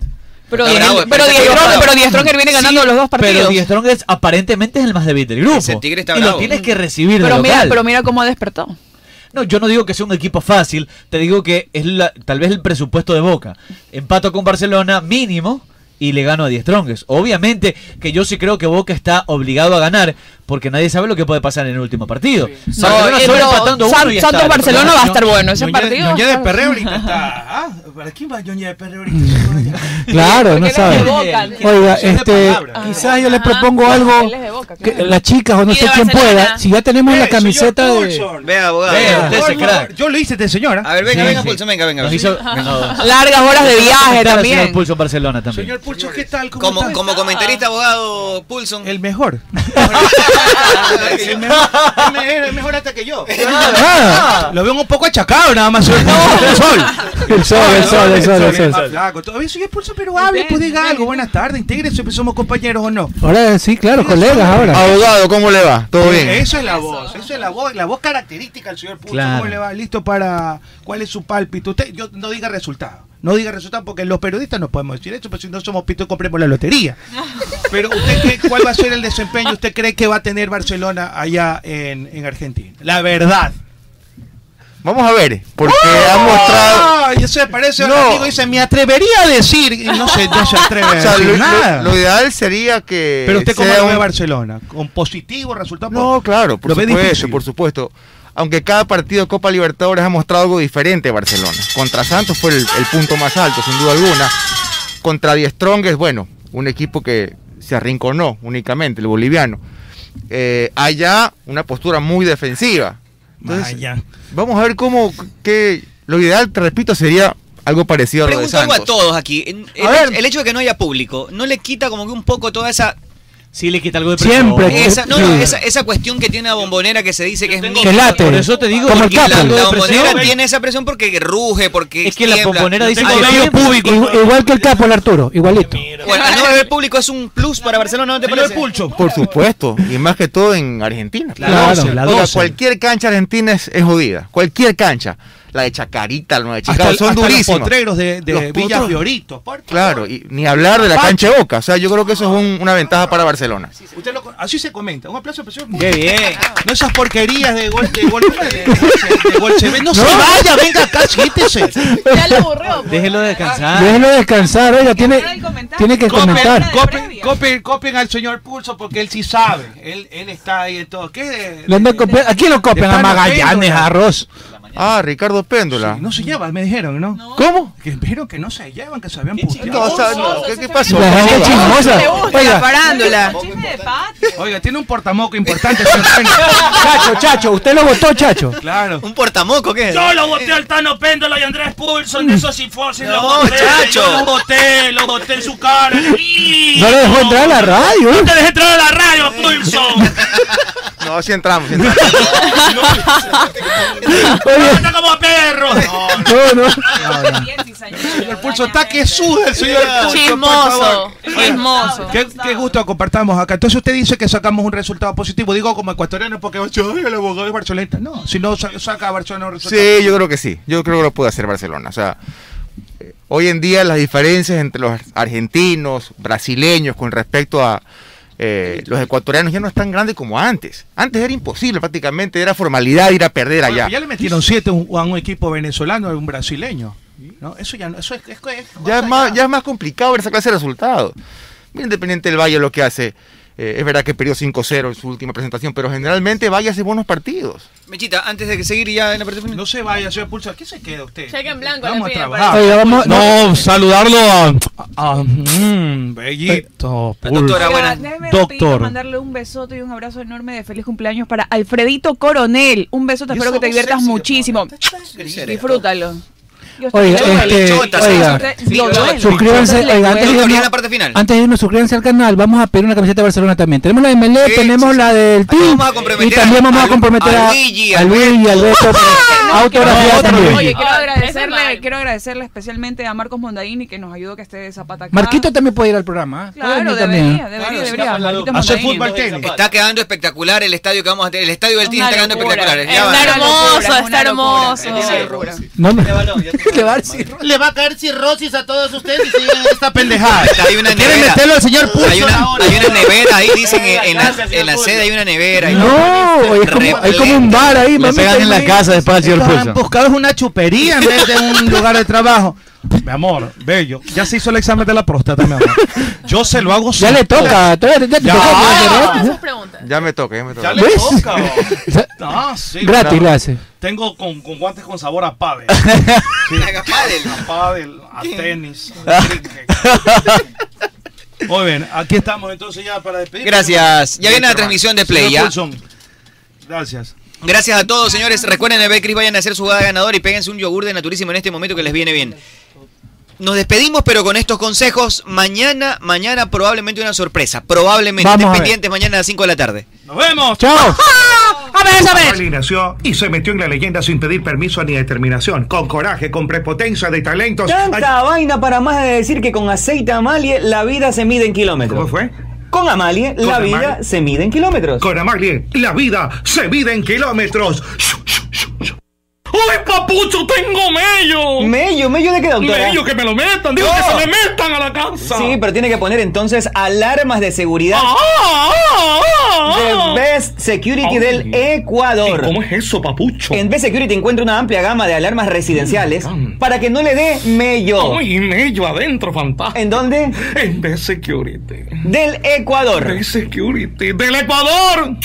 Pero Está Die- bravo, pero está Die bravo. Stronger- pero Die Stronger viene ganando los dos Pero partidos. Die Strongest aparentemente es el más débil del grupo. Tigre está y lo bravo. tienes que recibir de Pero mira, local. pero mira cómo ha despertado. No, yo no digo que sea un equipo fácil, te digo que es la- tal vez el presupuesto de Boca. Empato con Barcelona mínimo y le gano a 10 Strongest. Obviamente que yo sí creo que Boca está obligado a ganar porque nadie sabe lo que puede pasar en el último partido. Barcelona eh, solo pero empatando uno San- y ya está. Santos Barcelona va a estar bueno ese Ñoñez- partido. Ñoñez de claro. Perreo ahorita está. Ah, ¿Para quién va Ñoñez de Perreo ahorita? Claro, no Porque sabe. él es de Boca. Oiga, Son de este, palabra. quizás yo les propongo algo. que Las chicas o no Y sé de quién Barcelona. pueda. Si ya tenemos la camiseta de. Vea, abogado. Vea, Vea. usted se Por crack. favor. Yo lo hice, te señora. A ver, venga, Sí, venga, sí. Pulso, venga, venga. Nos hizo- no. Largas horas de viaje Está la también. señora Pulso en Barcelona también. Señor Pulso, ¿qué tal? como, como comentarista, abogado Pulson. El mejor. el mejor. Es mejor hasta que yo. Ah, lo veo un poco achacado nada más. El sol. El sol, el sol, el sol, el sol. Más flaco. Todavía soy expulso, pero hable, pues diga algo. Buenas tardes, intégrese, pues somos compañeros o no. Ahora sí, claro, colegas ahora. Abogado, ¿cómo le va? ¿Todo bien? Eh, Eso es la voz, eso es la voz, la voz característica del señor Pulso. Claro. ¿Cómo le va? ¿Listo para cuál es su pálpito? Usted, yo no diga resultado. No diga resultado porque los periodistas no podemos decir eso, pero si no somos pito compremos la lotería. Pero usted cree cuál va a ser el desempeño, usted cree que va a tener Barcelona allá en, en Argentina. La verdad. Vamos a ver, porque ¡Oh! ha mostrado... Ah, yo se parece a un No. amigo y dice, me atrevería a decir, y no se, no se atreve a O sea, decir lo, nada. lo- lo ideal sería que... Pero usted cómo sea lo ve un- Barcelona, con positivo resultado. No, claro, por Lo ve supuesto, difícil. por supuesto. Aunque cada partido de Copa Libertadores ha mostrado algo diferente Barcelona. Contra Santos fue el, el punto más alto, sin duda alguna. Contra Die Strongest, bueno, un equipo que se arrinconó únicamente, el boliviano. Eh, allá, una postura muy defensiva. Entonces, vamos a ver cómo, que lo ideal, te repito, sería algo parecido a lo de Pregunto algo Santos. a todos aquí. En- El, el hecho de que no haya público, ¿no le quita como que un poco toda esa... Sí, le quita algo de Siempre. Esa, no, no, esa, esa cuestión que tiene la bombonera que se dice que es mítica. Que late. Por eso te digo, como el Porque la, Capo. la Algo de bombonera presión. tiene esa presión porque ruge, porque Es que la tiembla. bombonera dice Ay, que- no, bello público. Igu- Igual que el capo, el Arturo, igualito. bueno, no haber público es un plus para Barcelona, ¿no te parece? Pulcho. Por supuesto, y más que todo en Argentina. La Claro, 12, la O sea, 12. cualquier cancha argentina es, es jodida. Cualquier cancha. La de Chacarita, la de Chicago, Hasta- son hasta los durísimas. potreros de- de Villa potros. Fiorito, Claro, y ni hablar de la cancha de Boca. O sea, yo creo que eso es un- una ventaja para Barcelona. Usted lo- así se comenta. Un aplauso al señor Qué bien. No esas porquerías de gol de gol de, de- de Golcheve- No, se No. vaya, venga acá, siéntese. Ya lo pues. borró. Déjelo descansar. Déjenlo descansar, oiga, tiene, tiene que Copen, comentar. copen, copen, copen al señor Pulso porque él sí sabe. Él, él está ahí en todo. ¿Qué? de- Le andan copi- ¿A quién lo copian? A Están Magallanes, haciendo- a Ross. Ah, Ricardo Péndola. No se llevan, me dijeron, ¿no? ¿Cómo? Que dijeron que no se llevan, que se habían puteado. chismoso, No, o sea, no, ¿qué- qué pasó? La gente ¿Cómo se chismosa. le gusta Oiga. la farándula? Oiga, tiene un portamoco importante. señor Péndola. Chacho, Chacho, usted lo votó, Chacho. Claro. ¿Un portamoco qué es? Yo lo voté al Tano Péndola y Andrés Pulson de esos sinfosis. No, lo voté, chacho. Yo lo voté, lo voté en su cara. No le dejó entrar a la radio. No te dejé entrar a la radio, Pulson. No, sí entramos. sí entramos. Está como perro. No, no. El pulso está que suda el señor Pulso. por Chismoso, favor. Oiga, chismoso. Qué, qué gusto compartamos acá. Entonces usted dice que sacamos un resultado positivo. Digo como ecuatoriano porque yo soy el abogado de Barcelona. No, si no sa- saca a Barcelona un resultado. Sí, yo creo que sí. Yo creo que lo puede hacer Barcelona. O sea, eh, hoy en día las diferencias entre los argentinos, brasileños con respecto a eh, los ecuatorianos ya no es tan grande como antes. Antes era imposible, prácticamente era formalidad ir a perder Bueno, allá. ya le metieron siete a un, a un equipo venezolano, a un brasileño. ¿no? Eso ya no, eso es, es- es- Ya es, más, ya es más complicado ver esa clase de resultados. Mira Independiente del Valle lo que hace. Eh, es verdad que perdió 5-0 en su última presentación, pero generalmente vaya a hacer buenos partidos. Mechita, antes de que seguir ya en la presentación. No se vaya, señor Pulsar. ¿Qué se queda usted? Cheque en blanco. le pues. piden, trabajar. parece. no, saludarlo a. a- a- mm, bellito. Oiga, Pulpo. déjeme rapidito Doctor. mandarle un besote y un abrazo enorme de feliz cumpleaños para Alfredito Coronel. Un beso, te Y espero esa que te voz diviertas sexy, muchísimo. Disfrútalo. Yo estoy- Oiga, Chótale, este, chótale, oiga, chótale. Lo duele. suscríbanse, Le oiga, antes de duele. irnos, antes de irnos, suscríbanse al canal, vamos a pedir una camiseta de Barcelona también. Tenemos la de Melé, tenemos la del Team, y también vamos a comprometer a, Luigi, a Luigi, a Alberto, para autografiar también. Oye, quiero agradecerle, quiero agradecerle especialmente a Marcos Mondadini que nos ayudó que esté Zapata acá. Marquito también puede ir al programa. ¿eh? Puede Claro, venir debería, también. debería, debería. Marquito Hacer Mondadini. Está quedando espectacular el estadio que vamos a tener. El estadio del team está quedando espectacular. Ya Está van. hermoso, está hermoso. No me- Le va a decir. Le va a caer cirrosis a todos ustedes si siguen esta pendejada. Hay una ¿Quieren nevera. meterlo al señor Pulso? Hay una, hay una nevera ahí, dicen en, en la, en la sede hay una nevera. y No, oye, es como, hay como un bar ahí. Me mamita, pegan en la ahí. casa después al señor Estaban Pulso. buscados una chupería en vez de un lugar de trabajo. Mi amor, bello. Ya se hizo el examen de la próstata, mi amor. Yo se lo hago Ya le toca, todavía te- ya te Ya. toca, Ah, ¿verdad? Ya me toca, ya me toca. Ya le ¿Ves? toca. oh. Ah, sí, Gratis claro. lo hace. Tengo con, con guantes con sabor a pádel. Sí. A pádel, a tenis, a Ah. cricket. Muy bien, aquí estamos entonces ya para despedir. Gracias. Ya viene la transmisión de Play, ya. Gracias. Gracias a todos, señores. Recuerden, el Betcris vayan a hacer su jugada ganadora y péguense un yogur de Naturísimo en este momento que les viene bien. Nos despedimos, pero con estos consejos. Mañana, mañana probablemente una sorpresa. Probablemente. Vamos a Estén ver. pendientes mañana a las 5 de la tarde. ¡Nos vemos! ¡Chao! ¡A ver, a ver! nació y se metió en la leyenda sin pedir permiso ni determinación. Con coraje, con prepotencia de talentos. Tanta vaina para más de decir que con aceite Amalie la vida se mide en kilómetros. ¿Cómo fue? Con Amalie Con la Amalie. vida se mide en kilómetros. Con Amalie la vida se mide en kilómetros. ¡Uy, papucho, tengo mello! ¿Mello? ¿Mello de qué, doctora? Mello, que me lo metan. Digo que No. se me metan a la casa. Sí, pero tiene que poner entonces alarmas de seguridad. Ah, ah, ah. The Best Security Ay. del Ecuador. ¿Cómo es eso, papucho? En Best Security encuentra una amplia gama de alarmas residenciales para que no le dé mello. Ay, mello adentro, fantástico. ¿En dónde? En The Security. Del Ecuador. The Security. ¡Del Ecuador!